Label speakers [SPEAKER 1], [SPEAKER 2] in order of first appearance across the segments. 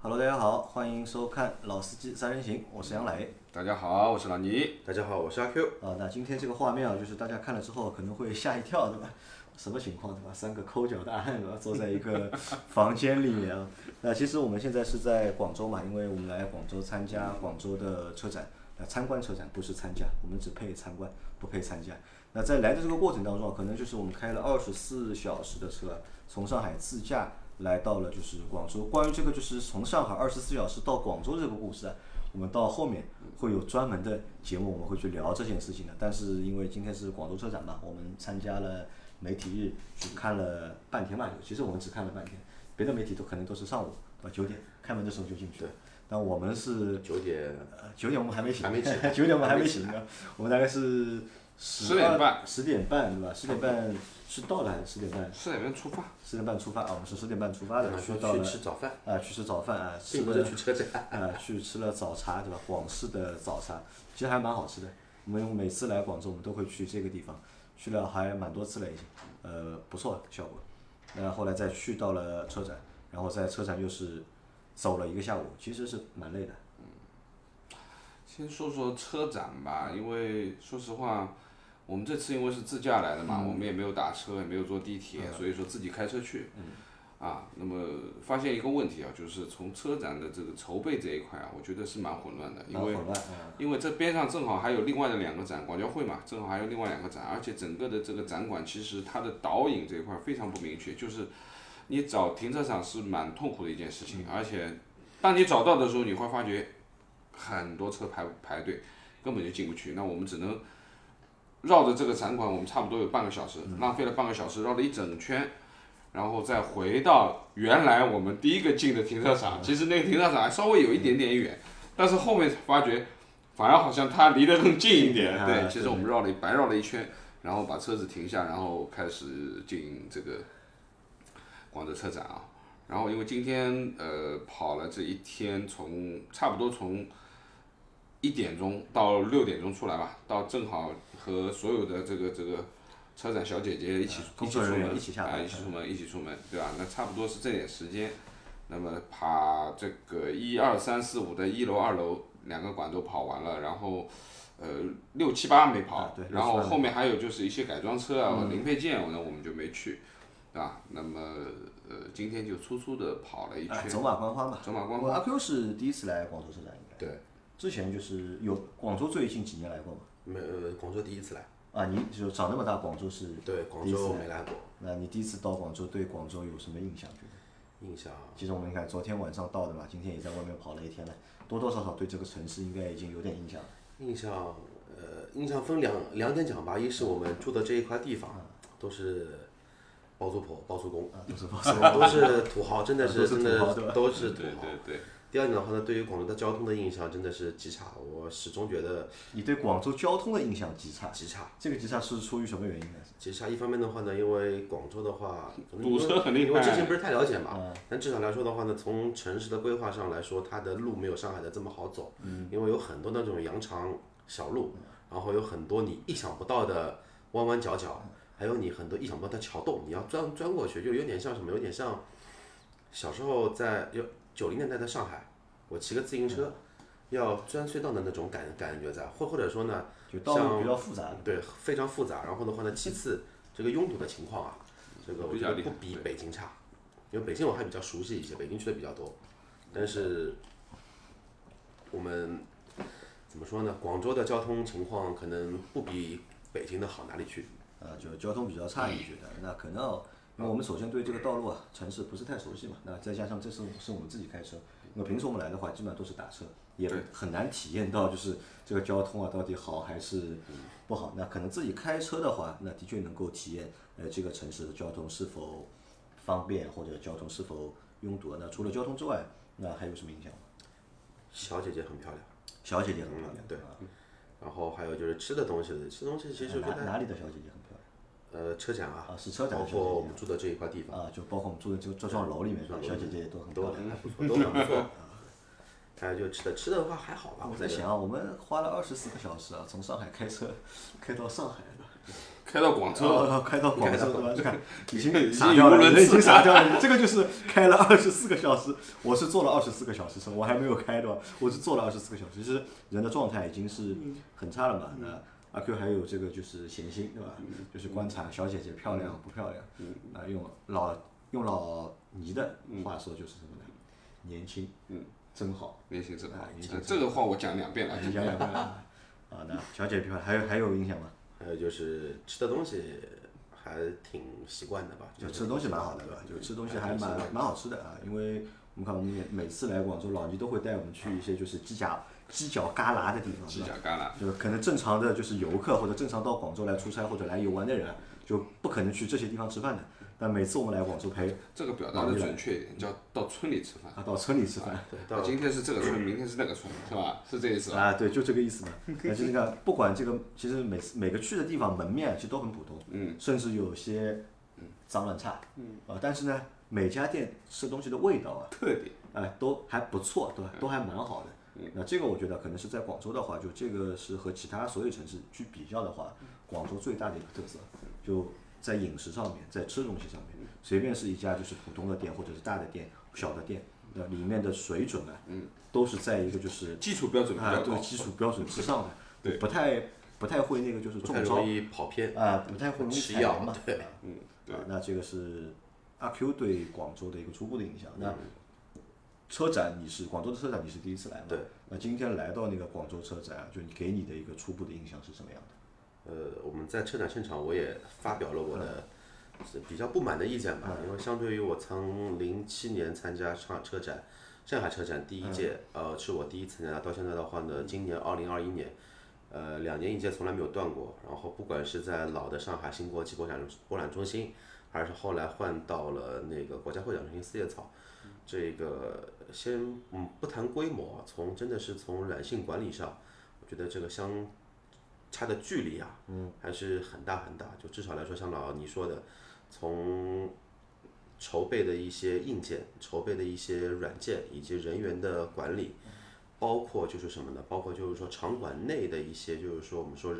[SPEAKER 1] 大家好，欢迎收看《老司机三人行》，我是杨磊。
[SPEAKER 2] 大家好，我是老倪。
[SPEAKER 3] 大家好，我是阿 Q。
[SPEAKER 1] 啊，那今天这个画面啊，就是大家看了之后可能会吓一跳，对吧？ 什么情况，对吧？三个抠脚大汉，对吧？坐在一个房间里面啊。 那其实我们现在是在广州嘛，因为我们来广州参加广州的车展，那参观车展不是参加，我们只配参观，不配参加。那在来的这个过程当中啊，可能就是我们开了二十四小时的车，从上海自驾来到了就是广州。关于这个就是从上海二十四小时到广州这个故事啊，我们到后面会有专门的节目，我们会去聊这件事情的。但是因为今天是广州车展嘛，我们参加了媒体日，去看了半天吧。其实我们只看了半天，别的媒体都可能都是上午对吧？九点开门的时候就进去了。但我们是
[SPEAKER 3] 九点，
[SPEAKER 1] 呃，九点我们还没醒，
[SPEAKER 3] 还没起
[SPEAKER 1] 九点我们还没醒 呢，我们大概是
[SPEAKER 2] 10点半，
[SPEAKER 1] 十点半对吧？十点半是到了还是十点
[SPEAKER 3] 哎
[SPEAKER 1] 半？
[SPEAKER 2] 四点半出发，
[SPEAKER 1] 十点半出发啊，我们是十点半出发的，
[SPEAKER 3] 然后
[SPEAKER 1] 去
[SPEAKER 3] 去
[SPEAKER 1] 到了
[SPEAKER 3] 去吃早饭，
[SPEAKER 1] 啊，去吃早饭啊，吃
[SPEAKER 3] 并不
[SPEAKER 1] 了
[SPEAKER 3] 是去车展。
[SPEAKER 1] 啊，去吃了早茶，对吧？广式的早茶其实还蛮好吃的。我们每次来广州，我们都会去这个地方，去了还蛮多次了已经，呃，不错效果。那后来再去到了车展，然后在车展又是走了一个下午，其实是蛮累的。
[SPEAKER 2] 先说说车展吧，因为说实话，我们这次因为是自驾来的
[SPEAKER 3] 嗯
[SPEAKER 2] 嘛，我们也没有打车，也没有坐地铁，所以说自己开车去。
[SPEAKER 3] 嗯
[SPEAKER 2] 啊，那么发现一个问题啊，就是从车展的这个筹备这一块啊，我觉得是蛮混乱的，因
[SPEAKER 1] 蛮
[SPEAKER 2] 为
[SPEAKER 1] 混乱，
[SPEAKER 2] 因为这边上正好还有另外的两个展，广交会嘛，正好还有另外两个展，而且整个的这个展馆其实它的导引这一块非常不明确，就是你找停车场是蛮痛苦的一件事情，而且当你找到的时候，你会发觉很多车排排队，根本就进不去。那我们只能绕着这个展馆，我们差不多有半个小时，浪费了半个小时，绕了一整圈。然后再回到原来我们第一个进的停车场，其实那个停车场还稍微有一点点远，但是后面发觉反而好像它离得更近一点。
[SPEAKER 1] 啊
[SPEAKER 2] 对，
[SPEAKER 1] 对
[SPEAKER 2] 其实我们绕了一白绕了一圈，然后把车子停下，然后开始进这个广州车展啊。然后因为今天呃跑了这一天，从差不多从一点钟到六点钟出来吧，到正好和所有的这个这个车展小姐姐一起、
[SPEAKER 1] 呃工
[SPEAKER 2] 一起
[SPEAKER 1] 作
[SPEAKER 2] 出
[SPEAKER 1] 人员
[SPEAKER 2] 门，
[SPEAKER 1] 一起下嗯
[SPEAKER 2] 啊
[SPEAKER 1] 班
[SPEAKER 2] 一起出门一起出门，对吧？那差不多是这点时间，那么把这个一二三四五的一楼二楼两个馆都跑完了，然后。呃，六七八没跑，
[SPEAKER 1] 啊对
[SPEAKER 2] 然后
[SPEAKER 1] 678没嗯
[SPEAKER 2] 后面还有就是一些改装车啊、零配件，那我们就没去，啊，那么呃，今天就粗粗的跑了一圈，
[SPEAKER 1] 哎走马观花嘛。
[SPEAKER 2] 走马观
[SPEAKER 1] 我
[SPEAKER 2] 花。
[SPEAKER 1] 阿 Q 是第一次来广州车展，应该
[SPEAKER 3] 对，
[SPEAKER 1] 之前就是有广州最近几年来过嘛。
[SPEAKER 3] 没呃，广州第一次来，
[SPEAKER 1] 啊，你就长那么大，广州是
[SPEAKER 3] 对，广
[SPEAKER 1] 第一次
[SPEAKER 3] 州
[SPEAKER 1] 来
[SPEAKER 3] 没来过，
[SPEAKER 1] 那你第一次到广州，对广州有什么印象？觉得？
[SPEAKER 3] 印象
[SPEAKER 1] 其实我们你看，昨天晚上到的嘛，今天也在外面跑了一天了，多多少少对这个城市应该已经有点印象了。
[SPEAKER 3] 印象呃，印象分两两点讲吧，一是我们住的这一块地方都是包租婆、包租公，
[SPEAKER 1] 啊，都是吧？
[SPEAKER 3] 都是土豪，真的
[SPEAKER 1] 都
[SPEAKER 3] 是
[SPEAKER 1] 是
[SPEAKER 3] 真
[SPEAKER 1] 土豪对
[SPEAKER 3] 的都是
[SPEAKER 2] 对
[SPEAKER 3] 土
[SPEAKER 2] 对
[SPEAKER 3] 豪。
[SPEAKER 2] 对对，
[SPEAKER 3] 第二点的话呢，对于广州的交通的印象真的是极差，我始终觉得
[SPEAKER 1] 你对广州交通的印象极差，
[SPEAKER 3] 极差。
[SPEAKER 1] 这个极差是出于什么原因呢？
[SPEAKER 3] 其实它一方面的话呢，因为广州的话，可能
[SPEAKER 2] 堵车
[SPEAKER 3] 因为
[SPEAKER 2] 很厉害啊嗯
[SPEAKER 3] 因为之前不是太了解嘛。但至少来说的话呢，从城市的规划上来说，它的路没有上海的这么好走，
[SPEAKER 2] 嗯
[SPEAKER 3] 因为有很多那种羊肠小路，然后有很多你意想不到的弯弯角角，
[SPEAKER 2] 嗯
[SPEAKER 3] 还有你很多意想不到的桥洞，你要钻钻过去，就有点像什么，有点像小时候在有九零年代的上海，我骑个自行
[SPEAKER 2] 嗯
[SPEAKER 3] 车。要钻隧道的那种感感觉在，或或者说呢，
[SPEAKER 1] 就道路比较复杂，
[SPEAKER 3] 对，非常复杂。然后的话呢，其次这个拥堵的情况啊，这个我
[SPEAKER 2] 比
[SPEAKER 3] 觉
[SPEAKER 2] 较
[SPEAKER 3] 得
[SPEAKER 2] 厉害
[SPEAKER 3] 不比北京差，因为北京我还比较熟悉一些，北京去的比较多。但是我们怎么说呢？广州的交通情况可能不比北京的好哪里去。
[SPEAKER 1] 啊，就交通比较差，你觉
[SPEAKER 3] 哎
[SPEAKER 1] 得？那可能哦、因为我们首先对这个道路啊，城市不是太熟悉嘛，那再加上这次是我们自己开车，因为平时我们来的话，基本上都是打车，也很难体验到就是这个交通啊到底好还是不好。那可能自己开车的话，那的确能够体验呃这个城市的交通是否方便或者交通是否拥堵啊。那除了交通之外，那还有什么影响吗？
[SPEAKER 3] 小姐姐很漂亮，
[SPEAKER 1] 小姐姐很漂亮，
[SPEAKER 3] 嗯对
[SPEAKER 1] 啊
[SPEAKER 3] 然后还有就是吃的东西，吃东西其实我觉
[SPEAKER 1] 哪
[SPEAKER 3] 得
[SPEAKER 1] 哪里的小姐姐很漂
[SPEAKER 3] 呃车展啊，
[SPEAKER 1] 啊是车展
[SPEAKER 3] 包
[SPEAKER 1] 的小姐姐
[SPEAKER 3] 括我们住的这一块地方。
[SPEAKER 1] 亮啊？就包括我们住的这这幢楼里面，是吧？小姐姐也都很漂
[SPEAKER 3] 都
[SPEAKER 1] 亮。
[SPEAKER 3] 很不错，都很不 错。还有就吃的，吃的话还好吧，
[SPEAKER 1] 我
[SPEAKER 3] 我
[SPEAKER 1] 在
[SPEAKER 3] 觉得
[SPEAKER 1] 想啊，我们花了二十四个小时啊，从上海开车开到上海的，
[SPEAKER 2] 开到广州，
[SPEAKER 1] 哦开到广州对吧？你看，已经
[SPEAKER 2] 已经
[SPEAKER 1] 傻掉
[SPEAKER 2] 语无伦
[SPEAKER 1] 了，
[SPEAKER 2] 次
[SPEAKER 1] 已经傻掉了。这个就是开了二十四个小时，我是做了二十四个小时车，我还没有开对吧？我是做了二十四个小时，就是人的状态已经是很差了嘛。那阿 Q 还有这个就是闲心对吧？ 就是观察小姐姐漂亮不漂亮，啊，用老用老倪的话说就是什么呢？年轻，嗯，真好。
[SPEAKER 2] 年轻真好
[SPEAKER 1] 哎。
[SPEAKER 2] 这这个话我讲两遍了，
[SPEAKER 1] 你讲两个啊，好的，小姐漂亮，还有还有印象吗？
[SPEAKER 3] 还有呃就是吃的东西还挺习惯的吧，
[SPEAKER 1] 就吃东西蛮好的，对吧？就吃东西还蛮蛮好吃的啊，因为我们看我们也每次来广州，老倪都会带我们去一些就是犄角犄角旮旯的地方，
[SPEAKER 2] 犄角旮旯。
[SPEAKER 1] 就是可能正常的就是游客或者正常到广州来出差或者来游玩的人啊，就不可能去这些地方吃饭的。但每次我们来广州陪
[SPEAKER 2] 这个表达的准确一点，叫到村里吃饭。
[SPEAKER 1] 啊到村里吃饭，
[SPEAKER 3] 对，
[SPEAKER 2] 啊
[SPEAKER 3] 到
[SPEAKER 2] 今天是这个村，明天是那个村，是吧？是这意思吧？
[SPEAKER 1] 啊，对，就这个意思 嘛。但是那个不管这个，其实每次每个去的地方门面其实都很普通，嗯，甚至有些脏乱差，嗯，啊，但是呢，每家店吃东西的味道啊，
[SPEAKER 2] 特点。
[SPEAKER 1] 哎，都还不错，对吧？都还蛮好的。那这个我觉得可能是在广州的话，就这个是和其他所有城市去比较的话，广州最大的一个特色，就在饮食上面，在吃东西上面，随便是一家就是普通的店或者是大的店、小的店，那里面的水准啊，都是在一个就是
[SPEAKER 2] 基础标准比
[SPEAKER 1] 啊
[SPEAKER 2] 较，
[SPEAKER 1] 对
[SPEAKER 2] 高，
[SPEAKER 1] 基础标准之上的，对，不太不太会那个就是
[SPEAKER 3] 不太
[SPEAKER 1] 中招
[SPEAKER 3] 容易跑偏。
[SPEAKER 1] 啊，不太会容易
[SPEAKER 3] 吃
[SPEAKER 1] 踩
[SPEAKER 3] 药
[SPEAKER 1] 雷嘛，
[SPEAKER 3] 对
[SPEAKER 1] 啊，嗯，对，那这个是阿 Q 对广州的一个初步的印象。
[SPEAKER 3] 嗯
[SPEAKER 1] 那车展你是广州的车展，你是第一次来嘛？
[SPEAKER 3] 对。
[SPEAKER 1] 那今天来到那个广州车展，啊就你给你的一个初步的印象是什么样的？
[SPEAKER 3] 呃，我们在车展现场我也发表了我的是比较不满的意见
[SPEAKER 1] 嗯
[SPEAKER 3] 吧，因为相对于我从零七年参加上车展，上海车展第一届，
[SPEAKER 1] 嗯
[SPEAKER 3] 呃，是我第一次参加，到现在的话呢，今年二零二一年，呃，两年一届从来没有断过。然后不管是在老的上海新国际博览博览中心，还是后来换到了那个国家会展中心四叶草，这个先嗯不谈规模，从真的是从软性管理上，我觉得这个相差的距离啊，嗯，还是很大很大。就至少来说，像老你说的，从筹备的一些硬件、筹备的一些软件以及人员的管理，包括就是什么呢？包括就是说场馆内的一些，就是说我们说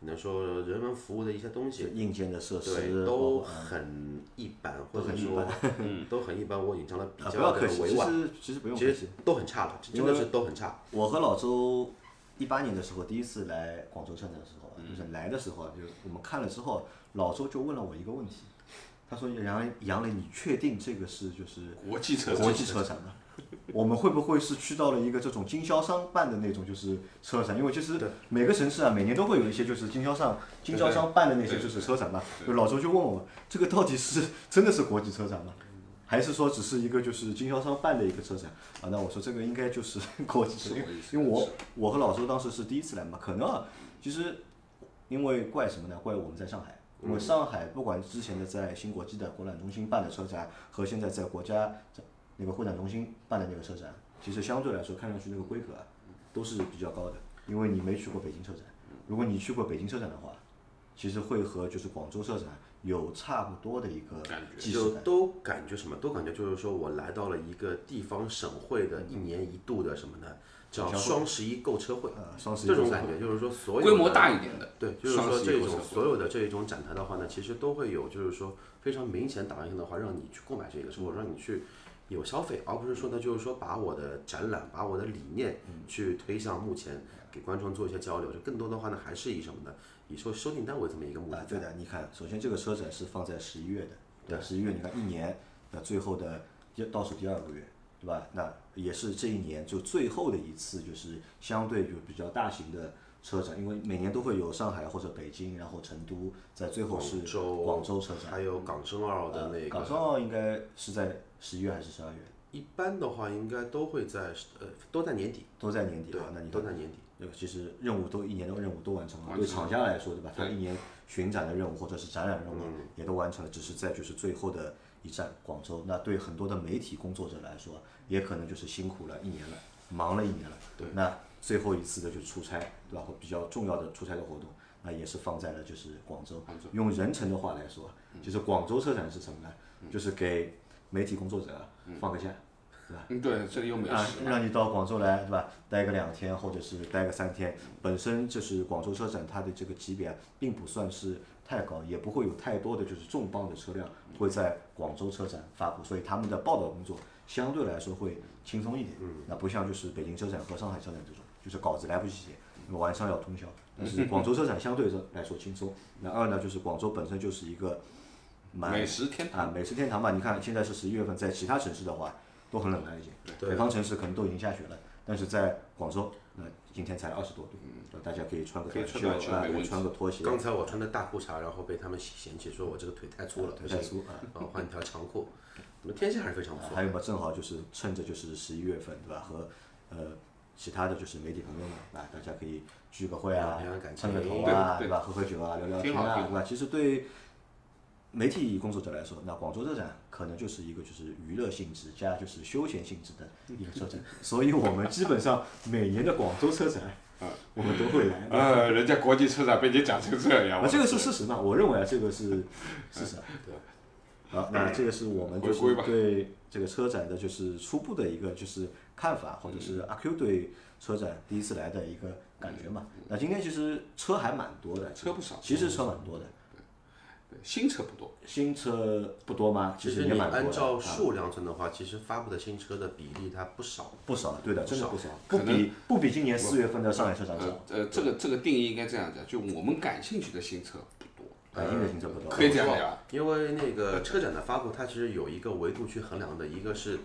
[SPEAKER 3] 可能说人文服务的一些东西，
[SPEAKER 1] 就硬件的设施啊
[SPEAKER 3] 对，
[SPEAKER 1] 包
[SPEAKER 3] 都
[SPEAKER 1] 括
[SPEAKER 3] 很一般，
[SPEAKER 1] 都
[SPEAKER 3] 或者
[SPEAKER 1] 很一
[SPEAKER 3] 说 嗯都很一般。我已经讲的比
[SPEAKER 1] 啊，不
[SPEAKER 3] 较
[SPEAKER 1] 要客
[SPEAKER 3] 的
[SPEAKER 1] 气，
[SPEAKER 3] 委
[SPEAKER 1] 其
[SPEAKER 3] 婉，
[SPEAKER 1] 实其实不用
[SPEAKER 3] 其
[SPEAKER 1] 客
[SPEAKER 3] 实
[SPEAKER 1] 气。
[SPEAKER 3] 都很差了，真
[SPEAKER 1] 因
[SPEAKER 3] 的
[SPEAKER 1] 为
[SPEAKER 3] 是都很差。
[SPEAKER 1] 我和老周一八年的时候第一次来广州车展的时候啊，
[SPEAKER 3] 嗯
[SPEAKER 1] 就是来的时候啊，就我们看了之后，老周就问了我一个问题，他说：“杨磊杨磊，你确定这个是就是？”
[SPEAKER 2] 国际车
[SPEAKER 1] 国
[SPEAKER 2] 展。
[SPEAKER 1] 际车展嘛。我们会不会是去到了一个这种经销商办的那种就是车展？因为其实每个城市啊，每年都会有一些就是经销商经销商办的那些就是车展嘛。就老周就问我，这个到底是真的是国际车展吗？还是说只是一个就是经销商办的一个车展啊？那我说这个应该就是 国际车展，因为我我和老周当时是第一次来嘛，可能啊，其实因为怪什么呢？怪我们在上海。
[SPEAKER 2] 嗯
[SPEAKER 1] 因为上海不管之前的在新国际的博览中心办的车展，和现在在国家那个会展中心办的那个车展，其实相对来说看上去那个规格啊，都是比较高的，因为你没去过北京车展。如果你去过北京车展的话，其实会和就是广州车展有差不多的一个
[SPEAKER 2] 感觉
[SPEAKER 1] 既视
[SPEAKER 3] 就
[SPEAKER 1] 感。
[SPEAKER 3] 都感觉什么？都感觉就是说我来到了一个地方省会的
[SPEAKER 1] 嗯
[SPEAKER 3] 一年一度的什么呢？叫双十一购车会，
[SPEAKER 1] 呃，双十一
[SPEAKER 3] 这种感觉就是说所有
[SPEAKER 2] 规模
[SPEAKER 3] 的
[SPEAKER 2] 大一点的，
[SPEAKER 3] 对，就是
[SPEAKER 2] 双
[SPEAKER 3] 说
[SPEAKER 2] 十一
[SPEAKER 3] 这
[SPEAKER 2] 购
[SPEAKER 3] 种
[SPEAKER 2] 车
[SPEAKER 3] 所有的这一种展台的话呢，其实都会有，就是说非常明显导向性的话，让你去购买这个车，或者让你去有消费，而不是说呢，就是说把我的展览，把我的理念
[SPEAKER 1] 嗯
[SPEAKER 3] 去推向目前，给观众做一些交流。这更多的话呢，还是以什么呢？以收收订单为这么一个目
[SPEAKER 1] 啊
[SPEAKER 3] 的，。
[SPEAKER 1] 对的，你看，首先这个车展是放在十一月的，对，十一月你看一年的最后的第倒数第二个月，对吧？那也是这一年就最后的一次，就是相对就比较大型的车展，因为每年都会有上海或者北京，然后成都，在最后是
[SPEAKER 3] 广州
[SPEAKER 1] 广州车展。
[SPEAKER 3] 还有港深澳的那
[SPEAKER 1] 啊港
[SPEAKER 3] 个，
[SPEAKER 1] 深澳应该是在十一月还是十二月？
[SPEAKER 3] 一般的话应该都会在呃都在年底，
[SPEAKER 1] 都在年底
[SPEAKER 3] 对
[SPEAKER 1] 啊，那你，
[SPEAKER 3] 都在年底。
[SPEAKER 1] 那个其实任务都一年的任务都完成了，
[SPEAKER 2] 完
[SPEAKER 1] 对
[SPEAKER 2] 成
[SPEAKER 1] 厂家来说，对吧？嗯他一年巡展的任务或者是展览任务也都完成了，只是在就是最后的一站广州。那对很多的媒体工作者来说，也可能就是辛苦了一年了，忙了一年了。对，那最后一次的就出差，对吧？或比较重要的出差的活动，那也是放在了就是广州。嗯用人成的话来说，就是广州车展是什么呢？就是给媒体工作者放个假。
[SPEAKER 2] 嗯，对，这里又美
[SPEAKER 1] 啊
[SPEAKER 2] 食，，
[SPEAKER 1] 让你到广州来，对吧？待个两天或者是待个三天，本身就是广州车展它的这个级别啊，并不算是太高，也不会有太多的就是重磅的车辆会在广州车展发布，所以他们的报道工作相对来说会轻松一点。嗯，那不像就是北京车展和上海车展这种，就是稿子来不及写，那么晚上要通宵。但是广州车展相对来说轻松。那二呢，就是广州本身就是一个蛮
[SPEAKER 2] 美食天
[SPEAKER 1] 啊，美食天堂嘛，你看现在是十一月份，在其他城市的话都很冷了已经，
[SPEAKER 3] 对
[SPEAKER 1] 北方城市可能都已经下雪了，但是在广州，那今天才二十多度，就大家可以穿个
[SPEAKER 2] 嗯可以
[SPEAKER 1] 短
[SPEAKER 2] 穿
[SPEAKER 1] 袖
[SPEAKER 2] 短袖
[SPEAKER 1] 啊，
[SPEAKER 2] 没
[SPEAKER 1] 可以
[SPEAKER 2] 问题
[SPEAKER 1] 穿个拖鞋，
[SPEAKER 3] 刚才我穿的大裤衩，然后被他们嫌弃说我这个腿太粗了，
[SPEAKER 1] 腿太粗啊。
[SPEAKER 3] 啊，换一条长裤。那么天气还是非常不错。
[SPEAKER 1] 还有嘛，正好就是趁着就是十一月份对吧？和呃其他的就是媒体朋友们啊，大家可以聚个会啊
[SPEAKER 3] 培养感，情
[SPEAKER 1] 蹭个头啊，
[SPEAKER 2] 对对
[SPEAKER 1] 吧？喝喝酒啊，聊聊
[SPEAKER 2] 挺
[SPEAKER 1] 天
[SPEAKER 2] 好
[SPEAKER 1] 啊，
[SPEAKER 2] 挺
[SPEAKER 1] 对吧？其实对媒体工作者来说，那广州车展可能就是一个就是娱乐性质加就是休闲性质的一个车 展，所以我们基本上每年的广州车展，
[SPEAKER 2] 啊
[SPEAKER 1] 我们都会来。
[SPEAKER 2] 呃，人家国际车展被你讲成这样，
[SPEAKER 1] 啊，
[SPEAKER 2] 我
[SPEAKER 1] 哎这个是事实嘛？我认为啊，这个 是事实啊。对。好，那这个是我们就是
[SPEAKER 2] 回归吧
[SPEAKER 1] 对这个车展的，就是初步的一个就是看法，或者
[SPEAKER 2] 嗯
[SPEAKER 1] 是阿 Q 对车展第一次来的一个感觉嘛。那今天其实车还蛮多的，
[SPEAKER 2] 嗯车不少嗯
[SPEAKER 1] 其实车蛮多的，
[SPEAKER 2] 对新车不多，
[SPEAKER 1] 新车不多吗？
[SPEAKER 3] 其
[SPEAKER 1] 实
[SPEAKER 3] 实
[SPEAKER 1] 也
[SPEAKER 3] 你
[SPEAKER 1] 蛮多的，
[SPEAKER 3] 按照
[SPEAKER 1] 啊
[SPEAKER 3] 数量算的话，其实发布的新车的比例它不少。
[SPEAKER 1] 不少，对的，真的不少，不
[SPEAKER 2] 可能
[SPEAKER 1] 比不比今年四月份的上海车展少
[SPEAKER 2] 呃，呃，这个这个定义应该这样讲，就我们感兴趣的新车不多，
[SPEAKER 1] 感兴趣的新车嗯不多。
[SPEAKER 2] 可以这样聊。
[SPEAKER 3] 因为那个车展的发布，它其实有一个维度去衡量的，一个是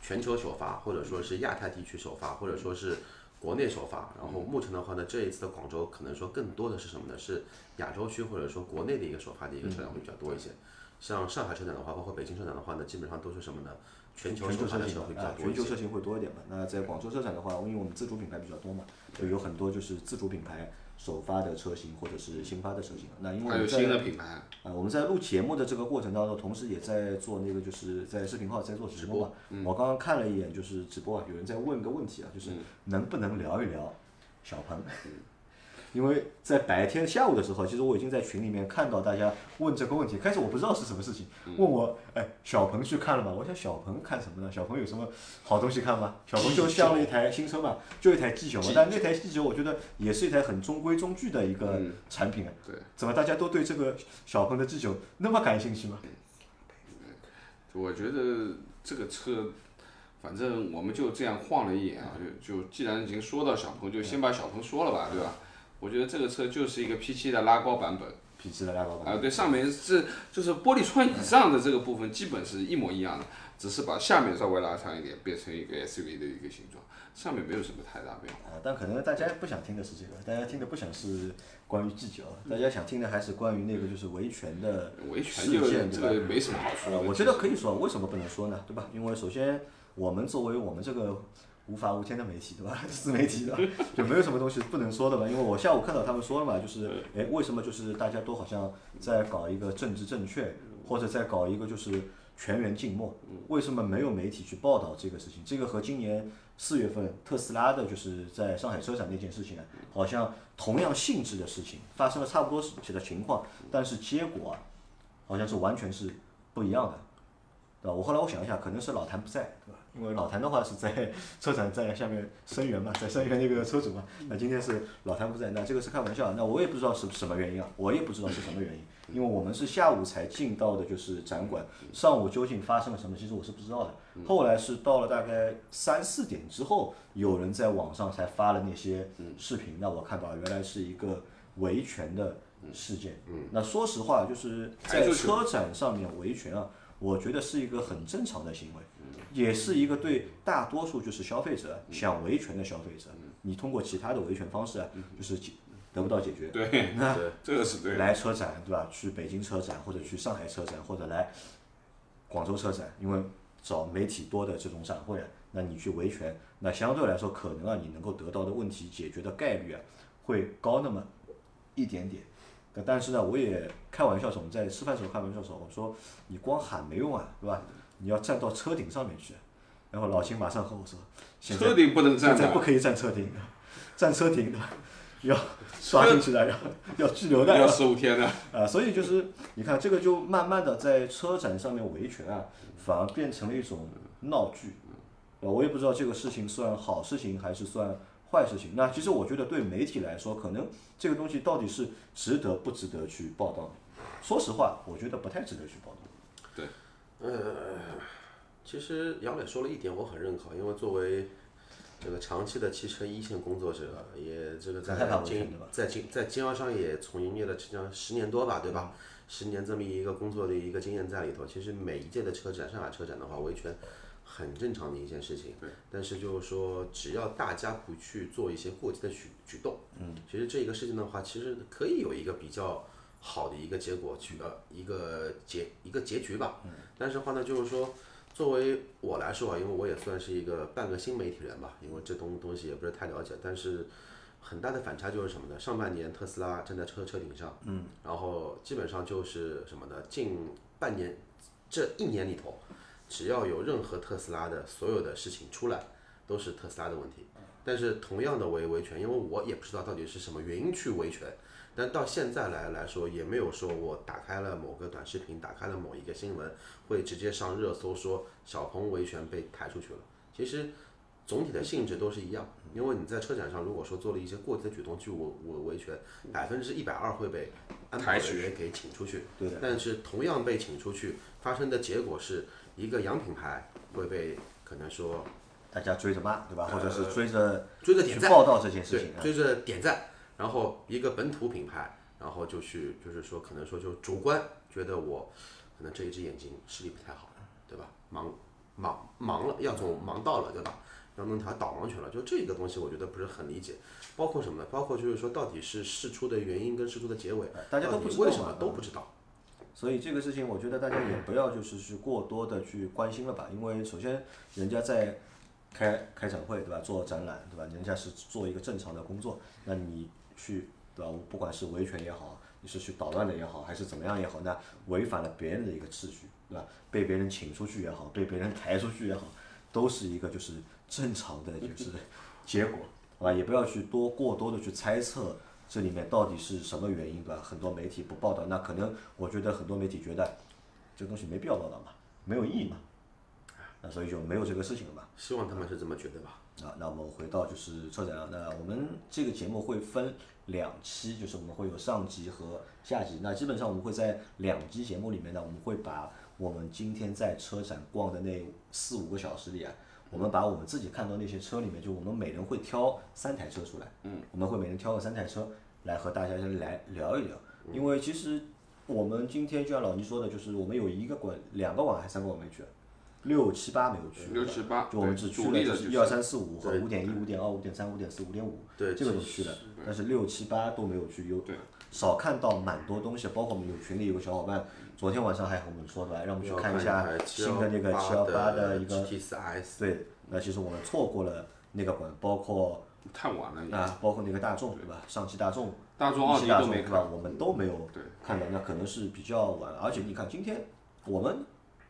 [SPEAKER 3] 全球首发，或者说是亚太地区首发，或者说是国内首发。然后目前的话呢，这一次的广州可能说更多的是什么呢？是亚洲区或者说国内的一个首发的一个车展会比较多一些。
[SPEAKER 1] 嗯
[SPEAKER 3] 像上海车展的话，包括北京车展的话呢，基本上都是什么呢？全球首
[SPEAKER 1] 车
[SPEAKER 3] 发的车
[SPEAKER 1] 型
[SPEAKER 3] 会比较
[SPEAKER 1] 啊，
[SPEAKER 3] 多
[SPEAKER 1] 全
[SPEAKER 3] 一些
[SPEAKER 1] 球。车型会多一点嘛。那在广州车展的话，因为我们自主品牌比较多嘛，就有很多就是自主品牌首发的车型或者是新发的车型。那因为我
[SPEAKER 2] 还有
[SPEAKER 1] 们
[SPEAKER 2] 新
[SPEAKER 1] 在
[SPEAKER 2] 的品牌，
[SPEAKER 1] 啊，我们在录节目的这个过程当中，同时也在做那个就是在视频号在做直播嗯嘛。我刚刚看了一眼就是直播啊，有人在问个问题啊，就是能不能聊一聊小鹏？ 因为在白天下午的时候，其实我已经在群里面看到大家问这个问题。开始我不知道是什么事情，问我，哎，小鹏去看了吗？我想小鹏看什么呢？小鹏有什么好东西看吗？小鹏就像了一台新车嘛，就一台 G 九嘛。但那台 G 九我觉得也是一台很中规中矩的一个产品啊。
[SPEAKER 2] 对，
[SPEAKER 1] 怎么大家都对这个小鹏的 G 九那么感兴趣吗？
[SPEAKER 2] 我觉得这个车，反正我们就这样晃了一眼啊，就就既然已经说到小鹏，就先把小鹏说了吧，对吧？我觉得这个车就是一个 P7 的拉高版本
[SPEAKER 1] 脾气的拉高吧。
[SPEAKER 2] 啊，对，上面是就是玻璃窗以上的这个部分基本是一模一样的，只是把下面稍微拉长一点，变成一个 SUV 的一个形状，上面没有什么太大变化。
[SPEAKER 1] 啊，但可能大家不想听的是这个，大家听的不想是关于 G 九，大家想听的还是关于那个就是维权的
[SPEAKER 2] 维权
[SPEAKER 1] 事
[SPEAKER 2] 就
[SPEAKER 1] 件，
[SPEAKER 2] 这
[SPEAKER 1] 对
[SPEAKER 2] 个
[SPEAKER 1] 吧？
[SPEAKER 2] 没什么好说
[SPEAKER 1] 呃
[SPEAKER 2] 的。
[SPEAKER 1] 我觉得可以说，为什么不能说呢？对吧？因为首先，我们作为我们这个无法无天的媒体，对吧？ 自媒体的，就没有什么东西不能说的嘛。因为我下午看到他们说了嘛，就是哎，为什么就是大家都好像在搞一个政治正确，或者在搞一个就是全员静默？为什么没有媒体去报道这个事情？这个和今年四月份特斯拉的就是在上海车展那件事情啊，好像同样性质的事情发生了差不多的情况，但是结果啊，好像是完全是不一样的，对吧？我后来我想一下，可能是老谭不在，对吧？因为老谭的话是在车展在下面声援嘛，在声援那个车主嘛。
[SPEAKER 2] 嗯
[SPEAKER 1] 那今天是老谭不在，那这个是开玩笑，那我也不知道是什么原
[SPEAKER 2] 嗯
[SPEAKER 1] 因啊，我也不知道是什么原因，因为我们是下午才进到的，就是展馆，上午究竟发生了什么，其实我是不知道的。
[SPEAKER 2] 嗯
[SPEAKER 1] 后来是到了大概三四点之后，有人在网上才发了那些
[SPEAKER 2] 嗯
[SPEAKER 1] 视频，那我看到原来是一个维权的事件。那说实话，就是
[SPEAKER 2] 嗯排
[SPEAKER 1] 在
[SPEAKER 2] 除
[SPEAKER 1] 车展上面维权啊，我觉得是一个很正常的行为，也是一个对大多数就是消费者想维权的消费者，你通过其他的维权方式啊，就是解得不到解决，
[SPEAKER 2] 对，这个是对的。
[SPEAKER 1] 来车展对吧？去北京车展或者去上海车展或者来广州车展，因为找媒体多的这种展会啊，那你去维权，那相对来说可能啊，你能够得到的问题解决的概率啊，会高那么一点点。但但是呢，我也开玩笑说，我们在吃饭时候开玩笑说，我说你光喊没用啊，对吧？你要站到车顶上面去。然后老秦马上和我说，现在
[SPEAKER 2] 车顶不能
[SPEAKER 1] 现
[SPEAKER 2] 站
[SPEAKER 1] 在不
[SPEAKER 2] 的，
[SPEAKER 1] 可以站车顶的，站车顶的要刷进去的，要要拘留的。
[SPEAKER 2] 要十五天的。
[SPEAKER 1] 啊，所以就是你看，这个就慢慢的在车展上面维权啊，反而变成了一种闹剧。啊，我也不知道这个事情算好事情还是算坏事情。那其实我觉得对媒体来说，可能这个东西到底是值得不值得去报道的。说实话，我觉得不太值得去报道。
[SPEAKER 3] 其实杨磊说了一点我很认可，因为作为这个长期的汽车一线工作者，也这个在
[SPEAKER 1] 很害怕维权
[SPEAKER 3] 经在经在经销商也从营业了这样十年多吧，对吧？十年这么一个工作的一个经验在里头，其实每一届的车展，上海车展的话，维权很正常的一件事情。对。但是就是说，只要大家不去做一些过激的举举动，嗯，其实这个事情的话，其实可以有一个比较好的一个结果去呃一个结一个结局吧。嗯。但是话呢，就是说。作为我来说啊，因为我也算是一个半个新媒体人吧，因为这东东西也不是太了解，但是很大的反差就是什么呢？上半年特斯拉站在车车顶上，嗯，然后基本上就是什么呢？近半年这一年里头，只要有任何特斯拉的所有的事情出来，都是特斯拉的问题。但是同样的维维权，因为我也不知道到底是什么原因去维权，但到现在来来说，也没有说我打开了某个短视频，打开了某一个新闻，会直接上热搜说小鹏维权被抬出去了。其实总体的性质都是一样，因为你在车展上如果说做了一些过激的举动去维维维权，百分之一百二会被安保
[SPEAKER 2] 抬出
[SPEAKER 3] 人员给请出去。
[SPEAKER 1] 对
[SPEAKER 3] 但是同样被请出去，发生的结果是一个洋品牌会被可能说
[SPEAKER 1] 大家追着骂，对吧？或者是追着
[SPEAKER 3] 追着
[SPEAKER 1] 呃去
[SPEAKER 3] 点赞，
[SPEAKER 1] 报道这件事
[SPEAKER 3] 对
[SPEAKER 1] 情，，啊
[SPEAKER 3] 追着点赞，然后一个本土品牌，然后就去就是说可能说就主观觉得我可能这一只眼睛视力不太好，对吧？盲盲盲了，要走盲道了，对吧？要弄条导盲犬了，就这个东西我觉得不是很理解，包括什么呢？包括就是说到底是事出的原因跟事出的结尾，
[SPEAKER 1] 呃大家
[SPEAKER 3] 到
[SPEAKER 1] 都
[SPEAKER 3] 底
[SPEAKER 1] 不知
[SPEAKER 3] 为
[SPEAKER 1] 道啊
[SPEAKER 3] 什么
[SPEAKER 1] 嘛
[SPEAKER 3] 都不知道，
[SPEAKER 1] 所以这个事情，我觉得大家也不要就是去过多的去关心了吧，因为首先人家在开开展会对吧，做展览对吧，人家是做一个正常的工作，那你去对吧，不管是维权也好，你是去捣乱的也好，还是怎么样也好，那违反了别人的一个秩序对吧，被别人请出去也好，被别人抬出去也好，都是一个就是正常的就是 结果，好吧，也不要去多过多的去猜测这里面到底是什么原因，对吧？很多媒体不报道，那可能我觉得很多媒体觉得这个东西没必要报道嘛，没有意义嘛，那所以就没有这个事情了嘛。
[SPEAKER 3] 希望他们是这么觉得吧。
[SPEAKER 1] 啊，那我们回到就是车展啊，那我们这个节目会分两期，就是我们会有上集和下集。那基本上我们会在两期节目里面呢，我们会把我们今天在车展逛的那四五个小时里啊，我们把我们自己看到那些车里面，就我们每人会挑三台车出来，嗯，我们会每人挑个三台车来和大家先来聊一聊，因为其实我们今天就像老倪说的，就是我们有一个馆、两个馆还是三个馆没去啊，六七八没有去，
[SPEAKER 2] 六七八，
[SPEAKER 1] 就我们
[SPEAKER 2] 对
[SPEAKER 1] 只去
[SPEAKER 2] 主
[SPEAKER 1] 了
[SPEAKER 2] 力
[SPEAKER 1] 就
[SPEAKER 2] 的
[SPEAKER 1] 是
[SPEAKER 2] 就
[SPEAKER 1] 一二三四五和
[SPEAKER 3] 对
[SPEAKER 1] 五点一、五点二、五点三、五点四、五点五，
[SPEAKER 3] 对
[SPEAKER 1] 这个都去了，但是六七八都没有去，有
[SPEAKER 2] 对
[SPEAKER 1] 少看到蛮多东西，包括我们有群里有个小伙伴，昨天晚上还和我们说对吧，让我们去看一下新的那个七幺八的一个，
[SPEAKER 3] T 四哎 S，
[SPEAKER 1] 对，那其实我们错过了那个馆，包括
[SPEAKER 2] 太晚了，
[SPEAKER 1] 啊，包括那个大众对吧，上汽大众。
[SPEAKER 2] 大众、奥
[SPEAKER 1] 一
[SPEAKER 2] 迪
[SPEAKER 1] 汽大
[SPEAKER 2] 都
[SPEAKER 1] 众
[SPEAKER 2] 没
[SPEAKER 1] 对
[SPEAKER 2] 看。
[SPEAKER 1] 吧？我们都没有
[SPEAKER 2] 对
[SPEAKER 1] 看到，那可能是比较晚。而且你看，今天我们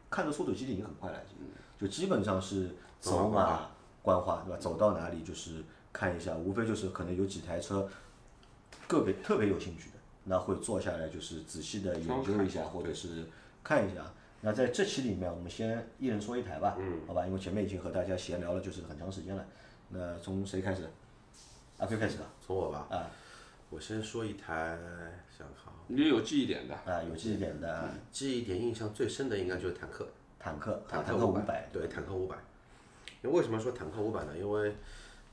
[SPEAKER 1] 看的速度其实已经很快了，已经就基本上是走马观花，对吧？走到哪里就是看一下，无非就是可能有几台车个别特别有兴趣的，那会坐下来就是仔细的研究一下，或者是看一下。那在这期里面，我们先一人说一台吧，
[SPEAKER 2] 嗯
[SPEAKER 1] 好吧？因为前面已经和大家闲聊了，就是很长时间了。那从谁开始？
[SPEAKER 2] 嗯
[SPEAKER 1] 阿 Q 开始吧。
[SPEAKER 3] 从我吧，
[SPEAKER 1] 啊
[SPEAKER 3] 我先说一台，想想看啊
[SPEAKER 2] 你有记忆点的，
[SPEAKER 1] 啊，有记忆点的啊
[SPEAKER 3] 记忆点印象最深的应该就是坦克，
[SPEAKER 1] 坦克，啊
[SPEAKER 3] 坦
[SPEAKER 1] 坦
[SPEAKER 3] 克
[SPEAKER 1] 五
[SPEAKER 3] 五
[SPEAKER 1] 百，
[SPEAKER 3] 对，坦克五百。因为为什么说坦克五百呢？因为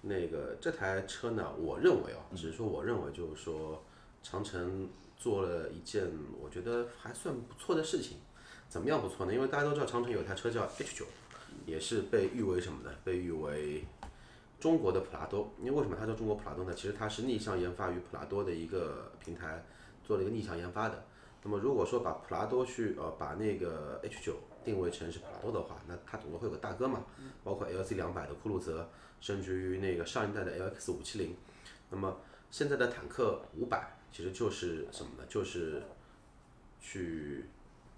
[SPEAKER 3] 那个这台车呢，我认为啊、只是说我认为就是说，长城做了一件我觉得还算不错的事情。怎么样不错呢？因为大家都知道长城有台车叫 H 九，也是被誉为什么呢？被誉为中国的普拉多。因为为什么它叫中国普拉多呢？其实它是逆向研发于普拉多的一个平台，做了一个逆向研发的。那么如果说把普拉多去呃把那个 H 九定位成是普拉多的话，那它总归会有个大哥嘛，包括 LC 两百的库鲁泽，甚至于那个上一代的 LX 五七零，那么现在的坦克五百其实就是什么呢？就是去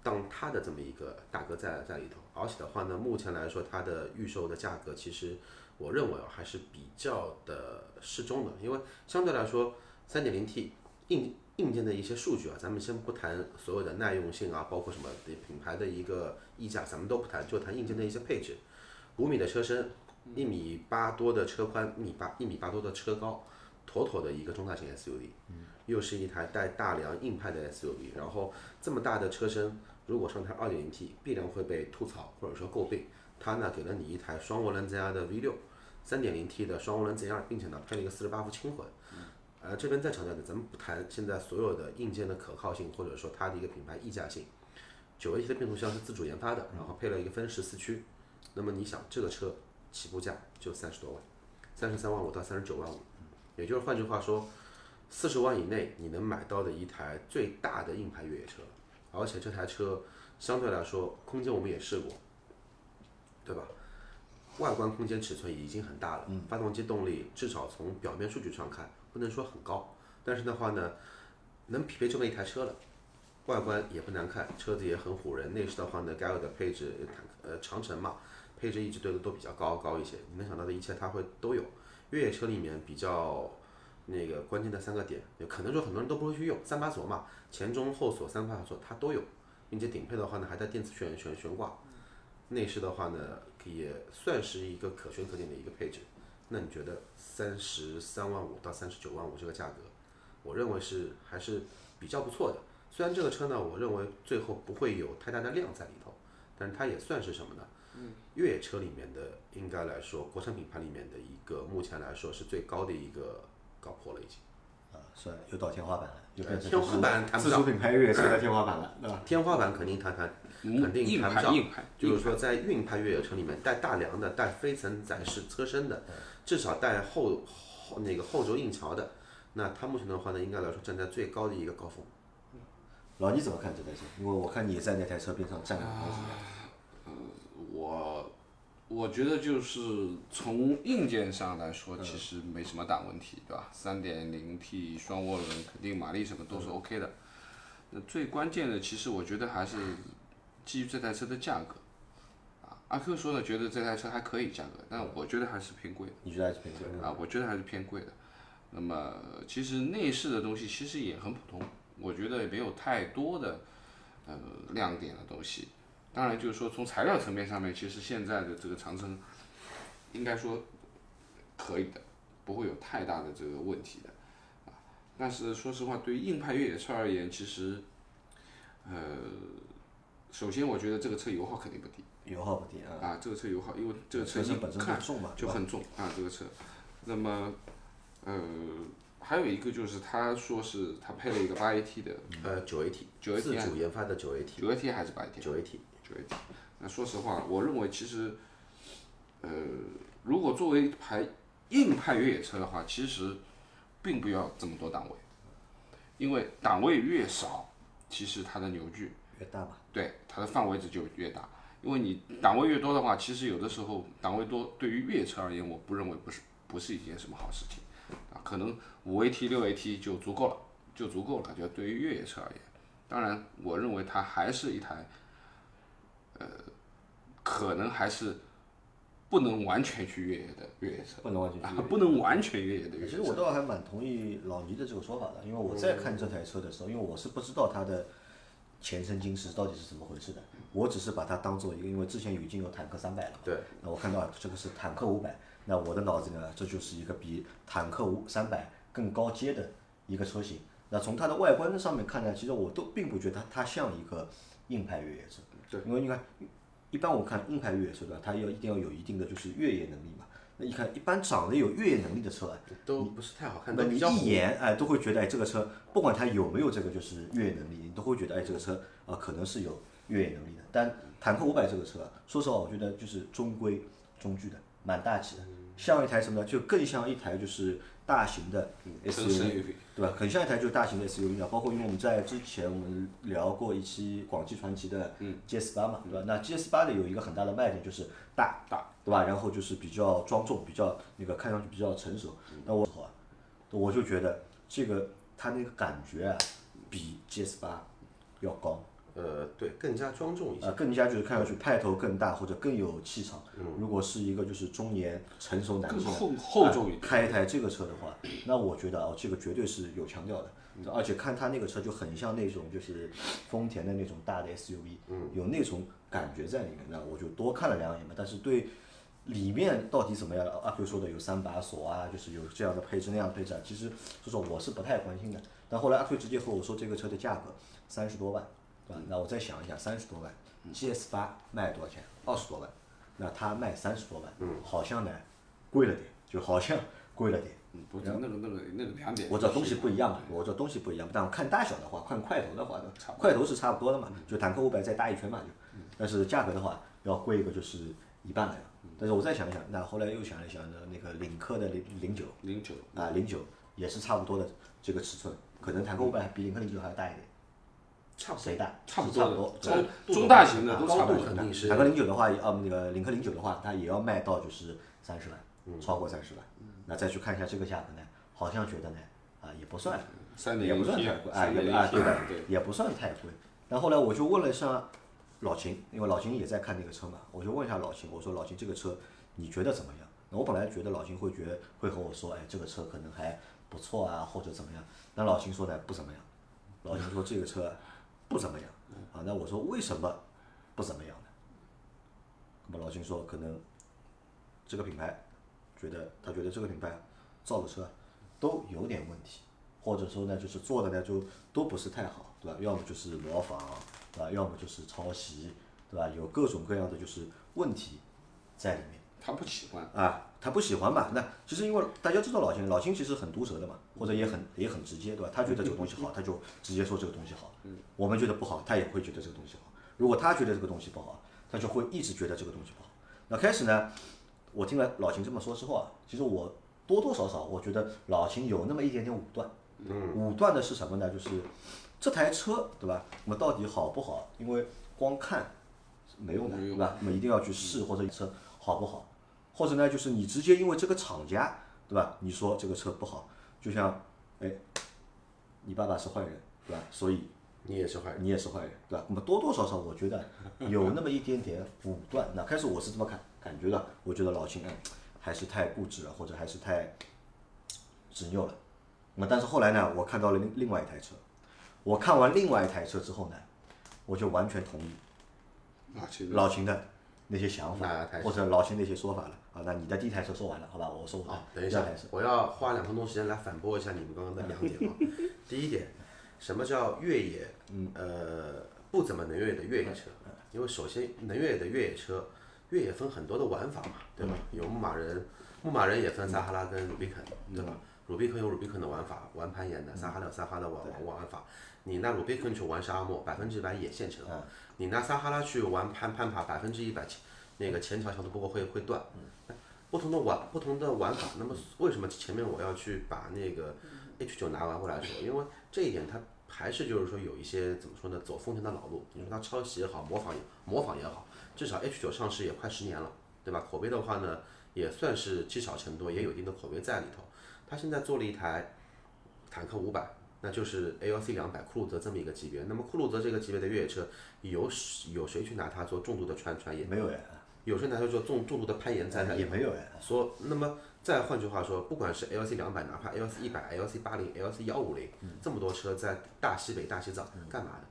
[SPEAKER 3] 当它的这么一个大哥在在里头，而且的话呢，目前来说它的预售的价格其实我认为啊还是比较的适中的，因为相对来说三点零 T 硬硬件的一些数据啊，咱们先不谈所有的耐用性啊，包括什么对品牌的一个溢价，咱们都不谈，就谈硬件的一些配置。五米的车身，一米八多的车宽，一米八一米八多的车高，妥妥的一个中大型 SUV。又是一台带大梁硬派的 SUV，然后这么大的车身，如果上台 2.0T，必然会被吐槽或者说诟病。它呢给了你一台双涡轮增压的 V6，3.0T 的双涡轮增压，并且呢配了一个48伏轻混。呃，这边再强调的，咱们不谈现在所有的硬件的可靠性，或者说它的一个品牌溢价性。九 AT 的变速箱是自主研发的，然后配了一个分时四驱。那么你想，这个车起步价就三十多万，三十三万五到三十九万五，也就是换句话说，四十万以内你能买到的一台最大的硬派越野车了。而且这台车相对来说，空间我们也试过，对吧？外观空间尺寸已经很大了，发动机动力至少从表面数据上看，不能说很高，但是的话呢，能匹配这么一台车了，外观也不难看，车子也很唬人。内饰的话呢，该有的配置，呃，长城嘛，配置一直对的都比较高高一些，你能想到的一切它会都有。越野车里面比较那个关键的三个点，有可能说很多人都不会去用，三把锁嘛，前中后锁三把锁它都有，并且顶配的话呢还带电子悬悬悬挂，内饰的话呢也算是一个可圈可点的一个配置。那你觉得三十三万五到三十九万五这个价格，我认为是还是比较不错的。虽然这个车呢，我认为最后不会有太大的量在里头，但是它也算是什么呢？越野车里面的应该来说，国产品牌里面的一个目前来说是最高的一个搞破了已经。呃
[SPEAKER 1] 啊，算又到天花板了，又变成
[SPEAKER 3] 天花板谈不
[SPEAKER 1] 自
[SPEAKER 3] 上
[SPEAKER 1] 主品牌越野车的天花板了，对吧？
[SPEAKER 3] 天花板肯定谈谈，肯定
[SPEAKER 2] 嗯硬
[SPEAKER 3] 谈不
[SPEAKER 2] 派
[SPEAKER 3] 上。
[SPEAKER 2] 硬派，
[SPEAKER 3] 就是说，在硬派越野车里面，带大梁的、带飞层载式车身的，至少带后后那个后轴硬桥的，那它目前的话呢，应该来说站在最高的一个高峰。
[SPEAKER 1] 老倪怎么看这台车？因为我看你也在那台车边上站了好几年。
[SPEAKER 2] 我我觉得就是从硬件上来
[SPEAKER 1] 嗯
[SPEAKER 2] 说，其实没什么大问题，对吧？三点零 T 双涡轮，肯定马力什么都
[SPEAKER 1] 嗯
[SPEAKER 2] 是 OK 的。那最关键的，其实我觉得还是基于这台车的价格。啊，阿 Q 说的觉得这台车还可以价格，但我觉得还是偏贵。
[SPEAKER 1] 你觉得还是偏贵？
[SPEAKER 2] 啊，我觉得还是偏贵的。那么其实内饰的东西其实也很普通，我觉得也没有太多的呃亮点的东西。当然就是说从材料层面上面，其实现在的这个长城应该说可以的，不会有太大的这个问题的啊。但是说实话，对于硬派越野车而言，其实呃，首先我觉得这个车油耗肯定不低
[SPEAKER 1] 油耗不低啊，
[SPEAKER 2] 啊，这个车油耗，因为这个车
[SPEAKER 1] 车
[SPEAKER 2] 一
[SPEAKER 1] 身本身
[SPEAKER 2] 看
[SPEAKER 1] 很重嘛，
[SPEAKER 2] 就很重啊，这个车。那么，呃，还有一个就是他说是他配了一个八 AT 的
[SPEAKER 3] 呃，九 AT，
[SPEAKER 2] 九
[SPEAKER 3] 自
[SPEAKER 2] AT，
[SPEAKER 3] 主研发的九 AT，
[SPEAKER 2] 九 AT 还是八 AT？
[SPEAKER 3] 九 AT，
[SPEAKER 2] 九 AT。那说实话，我认为其实，呃，如果作为一台硬派越野车的话，其实并不要这么多档位，因为档位越少，其实它的扭矩
[SPEAKER 1] 越大嘛。
[SPEAKER 2] 对它的范围值就越大。因为你档位越多的话，其实有的时候档位多对于越野车而言，我不认为不是不是一件什么好事情啊。可能五 AT 六 AT 就足够了，就足够了。就对于越野车而言，当然我认为它还是一台，呃，可能还是不能完全去越野的越野车
[SPEAKER 1] 不能完全
[SPEAKER 2] 啊
[SPEAKER 1] 去，
[SPEAKER 2] 不能完全越野的越野
[SPEAKER 1] 嗯其
[SPEAKER 2] 车
[SPEAKER 1] 实。我倒还蛮同意老倪的这个说法的，因为我在看这台车的时候，因为我是不知道它的前身今世到底是怎么回事的，我只是把它当做一个，因为之前已经有坦克三百了嘛，
[SPEAKER 3] 对，
[SPEAKER 1] 那我看到啊这个是坦克五百，那我的脑子里呢，这就是一个比坦克五三百更高阶的一个车型。那从它的外观上面看呢，其实我都并不觉得它它像一个硬派越野车，对，因为你看，一般我看硬派越野车对吧，它要一定要有一定的就是越野能力嘛。那一看，一般长得有越野能力的车啊，
[SPEAKER 3] 都不是太好看，
[SPEAKER 1] 那
[SPEAKER 3] 都
[SPEAKER 1] 你
[SPEAKER 3] 比较
[SPEAKER 1] 一眼哎都会觉得哎这个车，不管它有没有这个就是越野能力，你都会觉得哎这个车啊、可能是有越野能力的。但坦克五百这个车啊，说实话我觉得就是中规中矩的，蛮大气的，
[SPEAKER 3] 嗯
[SPEAKER 1] 像一台什么呢？就更像一台就是大型的
[SPEAKER 3] 嗯
[SPEAKER 2] 城
[SPEAKER 1] SUV，
[SPEAKER 2] 市越野
[SPEAKER 1] 对吧？很像一台就是大型的 SUV 啊，包括因为我们在之前我们聊过一期广汽传祺的
[SPEAKER 3] 嗯
[SPEAKER 1] GS 八嘛，对吧？那 GS 八的有一个很大的卖点就是大，大，对吧？然后就是比较庄重，比较那个看上去比较成熟。
[SPEAKER 3] 嗯
[SPEAKER 1] 那我我就觉得这个它那个感觉啊，比 GS 八要高。
[SPEAKER 3] 呃，对，更加庄重一些。嗯
[SPEAKER 1] 呃，更加就是看上去派头更大或者更有气场。如果是一个就是中年成熟男
[SPEAKER 2] 更
[SPEAKER 1] 性
[SPEAKER 2] 厚厚重一点
[SPEAKER 1] 哎开一台这个车的话，那我觉得啊，这个绝对是有腔调的。而且看他那个车就很像那种就是丰田的那种大的 SUV，有那种感觉在里面。那我就多看了两眼嘛，但是对里面到底怎么样，啊阿 Q 说的有三把锁啊，就是有这样的配置那样的配置啊，其实就是我是不太关心的。但后来阿退直接和我说这个车的价格三十多万，对吧？那我再想一下，三十多万，GS 八卖多少钱？二十多万，那他卖三十多万，好像呢贵了点，就好像贵了点。
[SPEAKER 2] 嗯，不是那个那个那个两点，
[SPEAKER 1] 我知道东西不一样嘛，我知道东西不一样，但我看大小的话，看块头的话，块头是差不多的嘛，就坦克五百再大一圈嘛就，但是价格的话要贵一个就是一半了呀。但是我再想一想，那后来又想了想，那个领克的零零九
[SPEAKER 2] 零九，
[SPEAKER 1] 啊零九也是差不多的这个尺寸，可能坦克五百比领克零九还要大一点，
[SPEAKER 3] 差不多
[SPEAKER 1] 谁大？
[SPEAKER 2] 差不
[SPEAKER 1] 是差
[SPEAKER 2] 多
[SPEAKER 1] 不
[SPEAKER 2] 的
[SPEAKER 1] 多，呃
[SPEAKER 2] 中中大型的都差不多
[SPEAKER 3] 高度。肯定是
[SPEAKER 1] 坦克零九的话，呃，那个领克零九的话，它也要卖到就是三十万，
[SPEAKER 3] 嗯
[SPEAKER 1] 超过三十万。那再去看一下这个价格呢，好像觉得呢，啊，也不算，
[SPEAKER 2] 3.0
[SPEAKER 1] 也不算
[SPEAKER 2] T
[SPEAKER 1] 太贵，啊，
[SPEAKER 2] 3.0
[SPEAKER 1] 也不啊，
[SPEAKER 2] T
[SPEAKER 1] 对吧
[SPEAKER 2] 对？
[SPEAKER 1] 也不算太贵。然后呢，我就问了一下老秦，因为老秦也在看这个车嘛，我就问一下老秦，我说老秦这个车你觉得怎么样？那我本来觉得老秦会觉会和我说，哎，这个车可能还不错啊，或者怎么样。那老秦说呢，不怎么样。老秦说这个车不怎么样啊。那我说为什么不怎么样呢？那么老秦说，可能这个品牌觉得他觉得这个品牌造的车都有点问题，或者说呢，就是做的呢就都不是太好，对吧？要么就是模仿，对吧？要么就是抄袭，对吧？有各种各样的就是问题在里面。
[SPEAKER 2] 他不喜欢，
[SPEAKER 1] 啊，他不喜欢嘛。那其实因为大家知道老金，老金其实很毒舌的嘛，或者也很也很直接，对吧？他觉得这个东西好，他就直接说这个东西好。我们觉得不好，他也会觉得这个东西好。如果他觉得这个东西不好，他就会一直觉得这个东西不好。那开始呢，我听了老秦这么说之后啊，其实我多多少少我觉得老秦有那么一点点武断。
[SPEAKER 2] 嗯
[SPEAKER 1] 武断的是什么呢？就是这台车，对吧？那么到底好不好？因为光看没用的，
[SPEAKER 2] 没
[SPEAKER 1] 对
[SPEAKER 2] 用嗯
[SPEAKER 1] 吧？那么一定要去试或者车好不好，或者呢，就是你直接因为这个厂家，对吧？你说这个车不好，就像，哎，你爸爸是坏人，对吧？所以
[SPEAKER 3] 你也是坏人，
[SPEAKER 1] 你也是坏人，对吧？那么多多少少，我觉得有那么一点点武断。那开始我是这么感感觉的，我觉得老秦哎还是太固执了，或者还是太执拗了。那么但是后来呢，我看到了另另外一台车，我看完另外一台车之后呢，我就完全同意
[SPEAKER 2] 老秦
[SPEAKER 1] 老秦的那些想
[SPEAKER 3] 哪
[SPEAKER 1] 法
[SPEAKER 3] 台，车
[SPEAKER 1] 或者老秦那些说法了。啊，那你的第一台车说完了，好吧？我说我的
[SPEAKER 3] 啊，
[SPEAKER 1] 第
[SPEAKER 3] 等一
[SPEAKER 1] 二
[SPEAKER 3] 下
[SPEAKER 1] 台车，，
[SPEAKER 3] 我要花两分钟时间来反驳一下你们刚刚的两点啊。第一点，什么叫越野？呃，不怎么能越野的越野车，因为首先能越野的越野车，越野分很多的玩法嘛，对吧？有牧马人，牧马人也分撒哈拉跟鲁比肯，对吧？鲁比肯有鲁比肯的玩法，玩攀岩的；撒哈拉有撒哈拉玩玩玩法。你拿鲁比肯去玩沙漠，百分之百野现车；你拿撒哈拉去玩攀攀爬，百分之一百那个前桥桥都不过会会断。不同的玩不同的玩法。那么为什么前面我要去把那个 H 九拿完回来说？因为这一点它还是就是说有一些怎么说呢，走丰田的老路。你说它抄袭也好，模仿也模仿也好，至少 H 九上市也快十年了，对吧？口碑的话呢，也算是积少成多，也有一定的口碑在里头。它现在做了一台坦克五百。那就是 A L C 两百酷路泽这么一个级别，那么酷路泽这个级别的越野车，有有谁去拿它做重度的穿穿
[SPEAKER 1] 没有哎，
[SPEAKER 3] 有谁拿它做重重度的攀岩在它
[SPEAKER 1] 也没有哎，
[SPEAKER 3] 说，那么再换句话说，不管是 L C 两百，哪怕 L C 一百、L C 八零、L C 幺五零，
[SPEAKER 1] 嗯
[SPEAKER 3] 这么多车在大西北、大西藏干嘛的？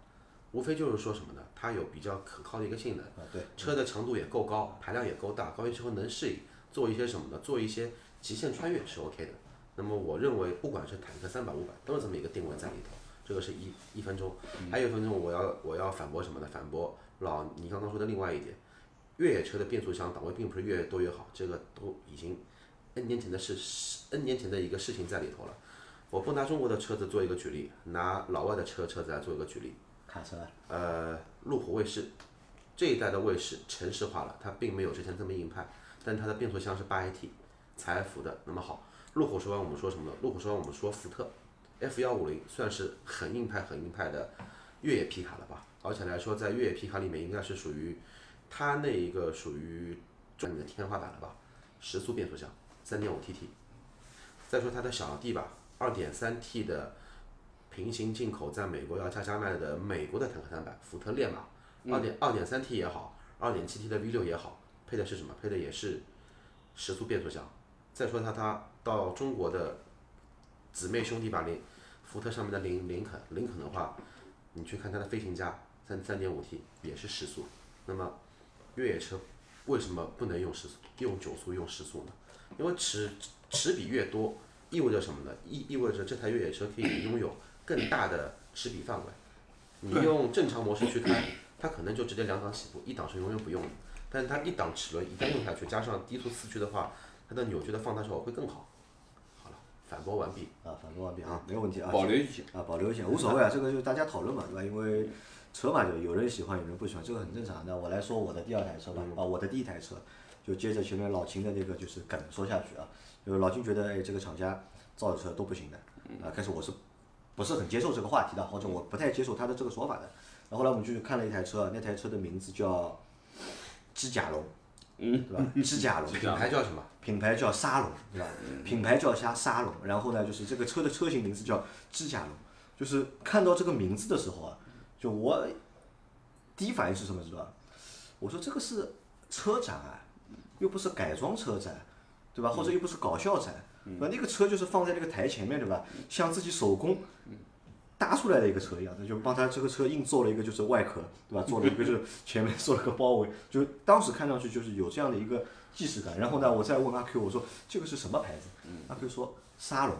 [SPEAKER 3] 无非就是说什么呢？它有比较可靠的一个性能，
[SPEAKER 1] 啊对，
[SPEAKER 3] 车的强度也够高，排量也够大，高一之后能适应，做一些什么呢？做一些极限穿越是 OK 的。那么我认为，不管是坦克三百、五百，都有这么一个定位在里头。这个是一一分钟，
[SPEAKER 1] 嗯
[SPEAKER 3] 还有一分钟，我要我要反驳什么呢？反驳老你刚刚说的另外一点，越野车的变速箱档位并不是越多越好，这个都已经 N 年前的事，N 年前的一个事情在里头了。我不拿中国的车子做一个举例，拿老外的车车子来做一个举例。
[SPEAKER 1] 卡车啊
[SPEAKER 3] 呃，路虎卫士这一代的卫士城市化了，它并没有之前这么硬派，但它的变速箱是八 AT 采福的。那么好，路虎说完我们说什么呢？路虎说完我们说福特 F 幺五零算是很硬派、很硬派的越野皮卡了吧？而且来说，在越野皮卡里面应该是属于它那一个属于中你的天花板了吧？时速变速箱三点五 TT，再说它的小弟吧，二点三 T 的平行进口在美国要加价卖的美国的坦克三百，福特烈马，二点二点三 T 也好，二点七 T 的 V 六也好，配的是什么？配的也是时速变速箱。再说它它到中国的姊妹兄弟吧，林福特上面的林林肯，林肯的话，你去看它的飞行家三三点五 T 也是时速。那么越野车为什么不能用时速、用九速、用时速呢？因为齿齿比越多，意味着什么呢？意意味着这台越野车可以拥有更大的齿比范围。你用正常模式去开，它可能就直接两档起步，一档是永远不用的。但是它一档齿轮一旦用下去，加上低速四驱的话，它的扭矩的放大效果会更好。好了，反驳完毕。
[SPEAKER 1] 啊，反正完毕啊，没有问题啊，
[SPEAKER 2] 保留意见。
[SPEAKER 1] 啊，保留一些无所谓啊，这个就是大家讨论嘛，对吧？因为车嘛，就有人喜欢，有人不喜欢，这个很正常。那我来说我的第二台车吧，啊，我的第一台车，就接着前面老秦的那个就是梗说下去啊，就是老秦觉得哎这个厂家造的车都不行的，啊，开始我是不是很接受这个话题的，或者我不太接受他的这个说法的。然后后来我们就去看了一台车啊，那台车的名字叫指甲龙，嗯，对吧？指甲 龙，
[SPEAKER 3] 品牌叫什么？
[SPEAKER 1] 品牌叫沙龙，对吧？品牌叫啥沙龙？然后呢，就是这个车的车型名字叫指甲龙。就是看到这个名字的时候啊，就我第一反应是什么，知道吧？我说这个是车展啊，又不是改装车展，对吧？或者又不是搞笑展，对吧？那个车就是放在那个台前面，对吧？像自己手工搭出来的一个车一样，那就帮他这个车硬做了一个就是外壳，对吧？做了一个就是前面做了个包围，就当时看上去就是有这样的一个既视感。然后呢，我再问阿 Q，我说这个是什么牌子？阿 Q 说沙龙，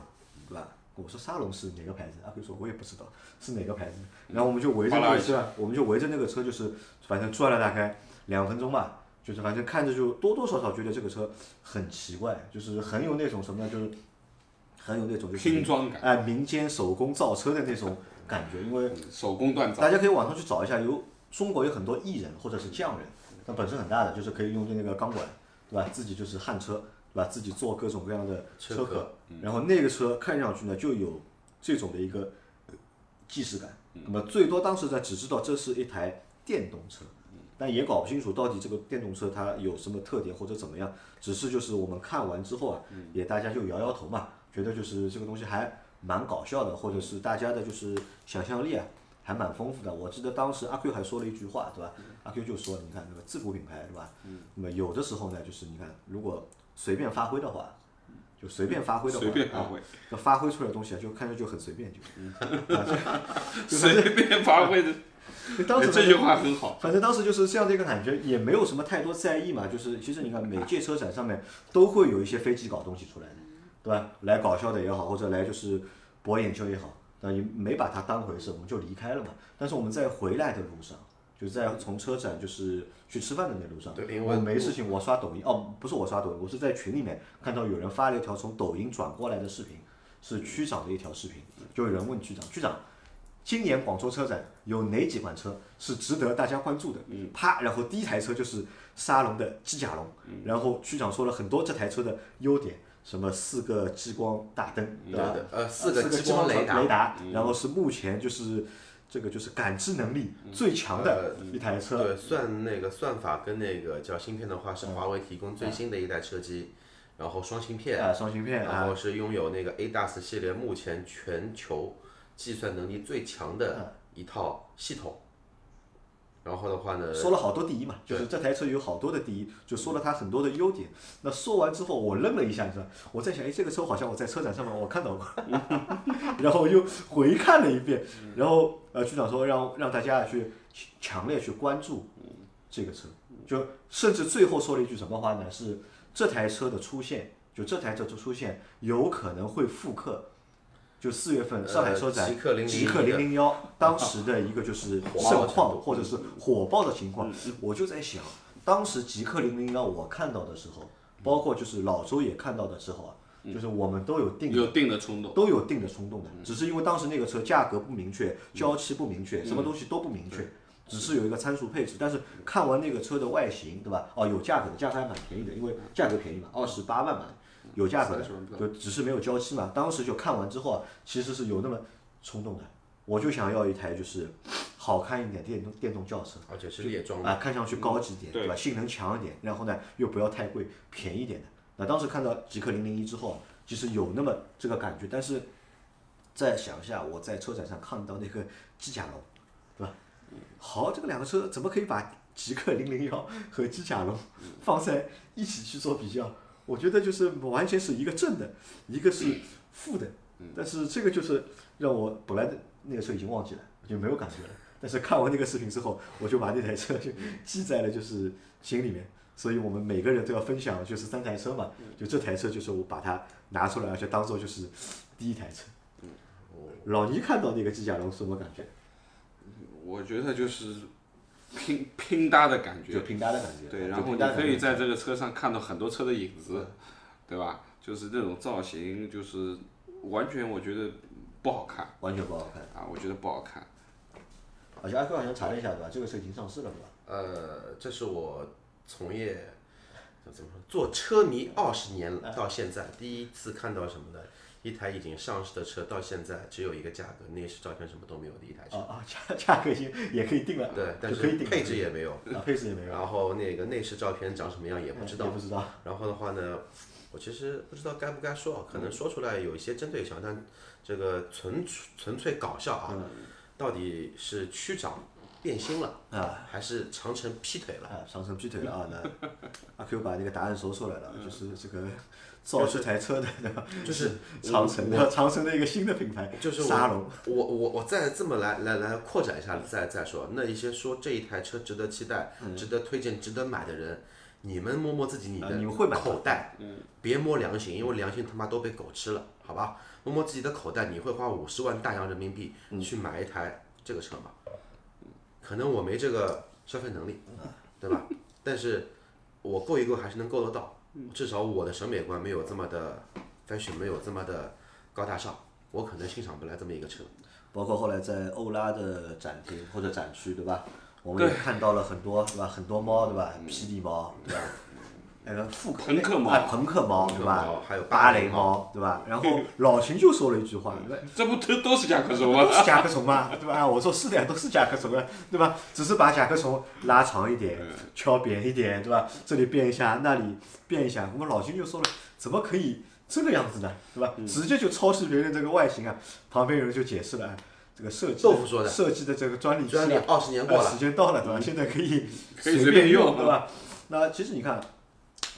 [SPEAKER 1] 对吧？我说沙龙是哪个牌子？阿 Q 说我也不知道是哪个牌子。然后我们就围着那个车，我们就围着那个车，就是反正转了大概两分钟吧，就是反正看着就多多少少觉得这个车很奇怪，就是很有那种什么呢，就是很有那种就是
[SPEAKER 2] 拼装感，
[SPEAKER 1] 哎，民间手工造车的那种感觉，因为
[SPEAKER 2] 嗯手工锻造，
[SPEAKER 1] 大家可以网上去找一下，有中国有很多艺人或者是匠人，那本事很大的，就是可以用那个钢管，对吧？自己就是焊车，对吧？自己做各种各样的车
[SPEAKER 3] 车
[SPEAKER 1] 壳，嗯然后那个车看上去呢就有这种的一个呃既视感。那么最多当时呢只知道这是一台电动车，但也搞不清楚到底这个电动车它有什么特点或者怎么样。只是就是我们看完之后啊，
[SPEAKER 2] 嗯
[SPEAKER 1] 也大家就摇摇头嘛，觉得就是这个东西还蛮搞笑的，或者是大家的就是想象力啊还蛮丰富的。我记得当时阿 Q 还说了一句话，对吧？
[SPEAKER 2] 嗯
[SPEAKER 1] 阿 Q 就说，你看那个自主品牌，对吧？那么有的时候呢，就是你看如果随便发挥的话。就随便发挥的话，
[SPEAKER 2] 嗯随便发
[SPEAKER 1] 啊
[SPEAKER 2] 挥， 嗯
[SPEAKER 1] 那发挥出来的东西啊，就看着就很随便，就。啊
[SPEAKER 2] 随便发挥的。哎
[SPEAKER 1] 就当时
[SPEAKER 2] 这句话很好，
[SPEAKER 1] 反正当时就是这样的一个感觉，也没有什么太多在意嘛。就是其实你看，每届车展上面都会有一些飞机搞东西出来的，对吧？来搞笑的也好，或者来就是博眼球也好，那也没把它当回事，我们就离开了嘛。但是我们在回来的路上，就在从车展就是去吃饭的那路上，
[SPEAKER 3] 对因为
[SPEAKER 1] 我没事情，我刷抖音，哦，不是我刷抖音，我是在群里面看到有人发了一条从抖音转过来的视频，是区长的一条视频，就有人问区长，区长。今年广州车展有哪几款车是值得大家关注的？嗯，啪，然后第一台车就是沙龙的机甲龙，
[SPEAKER 3] 嗯
[SPEAKER 1] 然后区长说了很多这台车的优点，什么四个激光大灯，对吧？
[SPEAKER 3] 的，呃，
[SPEAKER 1] 四
[SPEAKER 3] 四个激光雷达嗯
[SPEAKER 1] 雷，达，然后是目前就是这个就是感知能力
[SPEAKER 3] 嗯
[SPEAKER 1] 最强的
[SPEAKER 3] 呃
[SPEAKER 1] 一台车，
[SPEAKER 3] 对，算那个算法跟那个叫芯片的话，是华为提供最新的一代车机，然后双芯片，
[SPEAKER 1] 啊，双芯片
[SPEAKER 3] 然
[SPEAKER 1] 啊，
[SPEAKER 3] 后是拥有那个 ADAS 系列目前全球计算能力最强的一套系统。然后的话呢，
[SPEAKER 1] 说了好多第一嘛，就是这台车有好多的第一，就说了它很多的优点。那说完之后，我愣了一下，你知道，我在想，哎，这个车好像我在车展上面我看到过， 然后我又回看了一遍，然后呃，局长说让让大家去强烈去关注这个车，就甚至最后说了一句什么话呢？是这台车的出现，就这台车的出现有可能会复刻。就四月份上海车展，
[SPEAKER 3] 呃极氪001
[SPEAKER 1] 极氪零零幺当时的一个就是
[SPEAKER 3] 火
[SPEAKER 1] 盛
[SPEAKER 3] 爆的嗯程
[SPEAKER 1] 况
[SPEAKER 3] 度
[SPEAKER 1] 或者是火爆的情
[SPEAKER 3] 嗯
[SPEAKER 1] 况，我就在想，当时极客零零幺我看到的时候，包括就是老周也看到的时候啊，
[SPEAKER 3] 嗯
[SPEAKER 1] 就是我们都有定
[SPEAKER 2] 有定的冲动。嗯
[SPEAKER 1] 都有定的冲动的，只是因为当时那个车价格不明确，交期不明确，什
[SPEAKER 2] 嗯
[SPEAKER 1] 么东西都不明确，只是有一个参数配置。但是看完那个车的外形，对吧？哦，有价格的，价格还蛮便宜的，因为价格便宜嘛，二十八万嘛，有价格的
[SPEAKER 2] 30万不，嗯
[SPEAKER 1] 就只是没有交期嘛。当时就看完之后啊，其实是有那么冲动的，我就想要一台就是好看一点电动电动轿车。
[SPEAKER 3] 而且是列装的，
[SPEAKER 1] 啊，看上去高级点，
[SPEAKER 2] 对
[SPEAKER 1] 吧？性能强一点，然后呢又不要太贵，便宜点的。那当时看到极氪零零一之后啊，其实有那么这个感觉，但是再想一下，我在车展上看到那个机甲龙，对吧？好，这个两个车怎么可以把极氪零零幺和机甲龙放在一起去做比较？我觉得就是完全是一个正的，一个是负的。但是这个就是让我本来的那个车已经忘记了，就没有感觉了。但是看完那个视频之后，我就把那台车就 记在了就是心里面。所以我们每个人都要分享，就是三台
[SPEAKER 3] 嗯嗯
[SPEAKER 1] 车嘛，就这台车就是我把它拿出来，而且当做就是第一台车。老倪看到那个机甲龙什么感觉？
[SPEAKER 2] 我觉得就是拼拼搭的感
[SPEAKER 1] 就
[SPEAKER 2] 觉，
[SPEAKER 1] 拼搭的感觉。啊
[SPEAKER 2] 对，
[SPEAKER 1] 就
[SPEAKER 2] 然后
[SPEAKER 1] 拼
[SPEAKER 2] 你
[SPEAKER 1] 搭的
[SPEAKER 2] 可
[SPEAKER 1] 感
[SPEAKER 2] 以
[SPEAKER 1] 觉
[SPEAKER 2] 在这个车上看到很多车的影子，对吧？就是这种造型，就是完全我觉得不好看
[SPEAKER 1] 完全不好看。
[SPEAKER 2] 啊，我觉得不好看。
[SPEAKER 1] 而且阿 Q 好像查了一下，对吧？这个车已经上市了，对吧？
[SPEAKER 3] 呃，这是我从业呃怎么说做车迷二十年到现在第一次看到什么呢？一台已经上市的车到现在只有一个价格，内饰照片什么都没有的一台车。
[SPEAKER 1] 啊啊，价价格已经也可以定了，
[SPEAKER 3] 对，但
[SPEAKER 1] 就可以
[SPEAKER 3] 是
[SPEAKER 1] 定了
[SPEAKER 3] 配置也没有，
[SPEAKER 1] 啊，配置也没有，
[SPEAKER 3] 然后那个内饰照片长什么样也不知道
[SPEAKER 1] 也。不知道。
[SPEAKER 3] 然后的话呢，我其实不知道该不该说，啊，可能说出来有一些针对性，但这个纯纯粹搞笑啊，到底是区长变心了啊，还是长城劈腿了？
[SPEAKER 1] 啊，长城劈腿了啊！ 那阿 Q 把这个答案说出来了，就是这个造这台车的，对吧？
[SPEAKER 3] 嗯就是
[SPEAKER 1] 长城的，长城的一个新的品牌，
[SPEAKER 3] 就是我
[SPEAKER 1] 沙龙。
[SPEAKER 3] 我我我再这么来来来扩展一下，再再说那一些说这一台车值得期待、值得推荐、值得买的人，你们摸摸自己你
[SPEAKER 1] 嗯啊
[SPEAKER 3] 的
[SPEAKER 1] 你们会买吗
[SPEAKER 3] 口袋，嗯别摸良心，因为良心他妈都被狗吃了，好吧？摸摸自己的口袋，你会花五十万大洋人民币
[SPEAKER 1] 嗯
[SPEAKER 3] 去买一台这个车吗？可能我没这个消费能力，
[SPEAKER 1] 嗯
[SPEAKER 3] 对吧？但是我够一够还是能够得到，
[SPEAKER 1] 嗯
[SPEAKER 3] 至少我的审美观没有这么的 fashion，没有这么的高大上，我可能欣赏不来这么一个车。
[SPEAKER 1] 包括后来在欧拉的展厅或者展区，对吧？我们也看到了很多，对吧？很多猫，对吧？
[SPEAKER 3] 嗯
[SPEAKER 1] 霹雳猫，对吧？那个复古
[SPEAKER 2] 朋克猫
[SPEAKER 1] 啊朋克猫，对
[SPEAKER 3] 朋克
[SPEAKER 1] 吧
[SPEAKER 3] 哦猫？还有
[SPEAKER 1] 芭
[SPEAKER 3] 芭
[SPEAKER 1] 蕾
[SPEAKER 3] 蕾
[SPEAKER 1] 猫，对吧？然 后老秦就说了一句话，对吧？
[SPEAKER 2] 这不都都是甲壳虫吗？
[SPEAKER 1] 都是甲壳虫嘛，对吧？啊我说是的呀，都是甲壳虫啊，对吧？只是把甲壳虫拉长一点，
[SPEAKER 3] 嗯
[SPEAKER 1] 敲扁一点，对吧？这里变一下，那里变一下。我们老金就说了，怎么可以这个样子呢？对吧？
[SPEAKER 3] 嗯
[SPEAKER 1] 直接就抄袭别人这个外形啊！旁边有人就解释了，啊，这个设计
[SPEAKER 3] 豆腐说的
[SPEAKER 1] 设计的这个专利期啊
[SPEAKER 3] 专利二十年过
[SPEAKER 1] 呃
[SPEAKER 3] 了嗯
[SPEAKER 1] 时，间到了，对吧？现在可以
[SPEAKER 2] 可以
[SPEAKER 1] 随
[SPEAKER 2] 随便
[SPEAKER 1] 用，啊
[SPEAKER 2] 用
[SPEAKER 1] 对吧？那其实你看，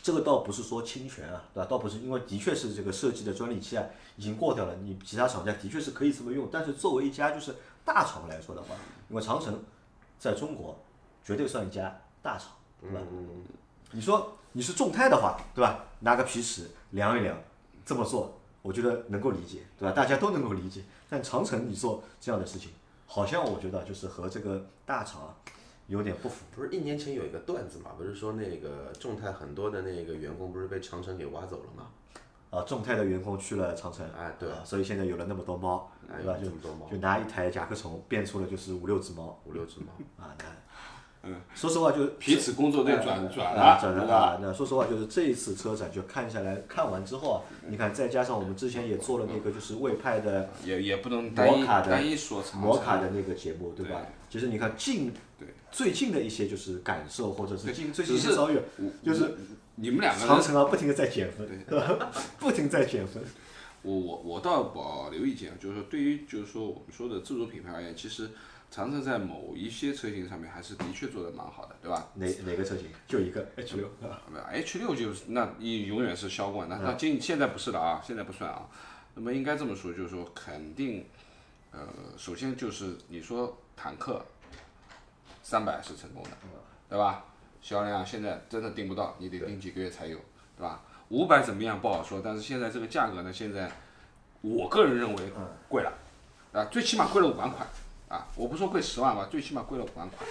[SPEAKER 1] 这个倒不是说侵权啊，对吧？倒不是，因为的确是这个设计的专利期啊已经过掉了，你其他厂家的确是可以这么用，但是作为一家就是大厂来说的话，因为长城在中国绝对算一家大厂，对吧？你说你是众泰的话，对吧？拿个皮尺量一量，这么做，我觉得能够理解，对吧？大家都能够理解。但长城你做这样的事情，好像我觉得就是和这个大厂啊有点不符。
[SPEAKER 3] 不是一年前有一个段子嘛，不是说那个众泰很多的那个员工不是被长城给挖走了嘛？
[SPEAKER 1] 啊，众泰的员工去了长城，
[SPEAKER 3] 哎对
[SPEAKER 1] 啊所以现在有了那么多猫，
[SPEAKER 3] 哎
[SPEAKER 1] 对吧？就
[SPEAKER 3] 这么多猫
[SPEAKER 1] 就拿一台甲壳虫变出了就是五六只猫
[SPEAKER 3] 五六只猫，
[SPEAKER 1] 啊，那，嗯， 说实话就
[SPEAKER 2] 皮尺呃工作队转转
[SPEAKER 1] 啊，
[SPEAKER 2] 了，
[SPEAKER 1] 转
[SPEAKER 2] 对
[SPEAKER 1] 了
[SPEAKER 2] 吧？
[SPEAKER 1] 啊。那说实话，就是这一次车展就看下来，看完之后啊，你看再加上我们之前也做了那个就是魏派的
[SPEAKER 2] 也也不能单
[SPEAKER 1] 摩
[SPEAKER 2] 一
[SPEAKER 1] 卡的
[SPEAKER 2] 单一说长
[SPEAKER 1] 摩卡
[SPEAKER 2] 城
[SPEAKER 1] 的那个节目，对吧
[SPEAKER 2] 对？
[SPEAKER 1] 其实你看近
[SPEAKER 2] 对
[SPEAKER 1] 最近的一些就是感受，或者是
[SPEAKER 2] 对
[SPEAKER 1] 近最近一
[SPEAKER 2] 只
[SPEAKER 1] 些
[SPEAKER 2] 是
[SPEAKER 1] 遭遇，就是
[SPEAKER 2] 你们两个
[SPEAKER 1] 长
[SPEAKER 2] 人
[SPEAKER 1] 城啊不停的在减分，对吧？ 不停在减分，
[SPEAKER 2] 我我我倒保留意见，就是说对于就是说我们说的自主品牌而言，其实长城在某一些车型上面还是的确做的蛮好的，哎对吧？
[SPEAKER 1] 哪哪个车型就一个 H 六。
[SPEAKER 2] H 六就是那你永远是销冠，那
[SPEAKER 1] 嗯
[SPEAKER 2] 那今现在不是了啊，现在不算啊。那么应该这么说，就是说肯定，呃，首先就是你说坦克三百是成功的，对吧？销量现在真的订不到，你得订几个月才有，对吧？五百怎么样不好说，但是现在这个价格呢，现在我个人认为贵了，啊，最起码贵了五万块啊，我不说贵十万吧，最起码贵了五万块。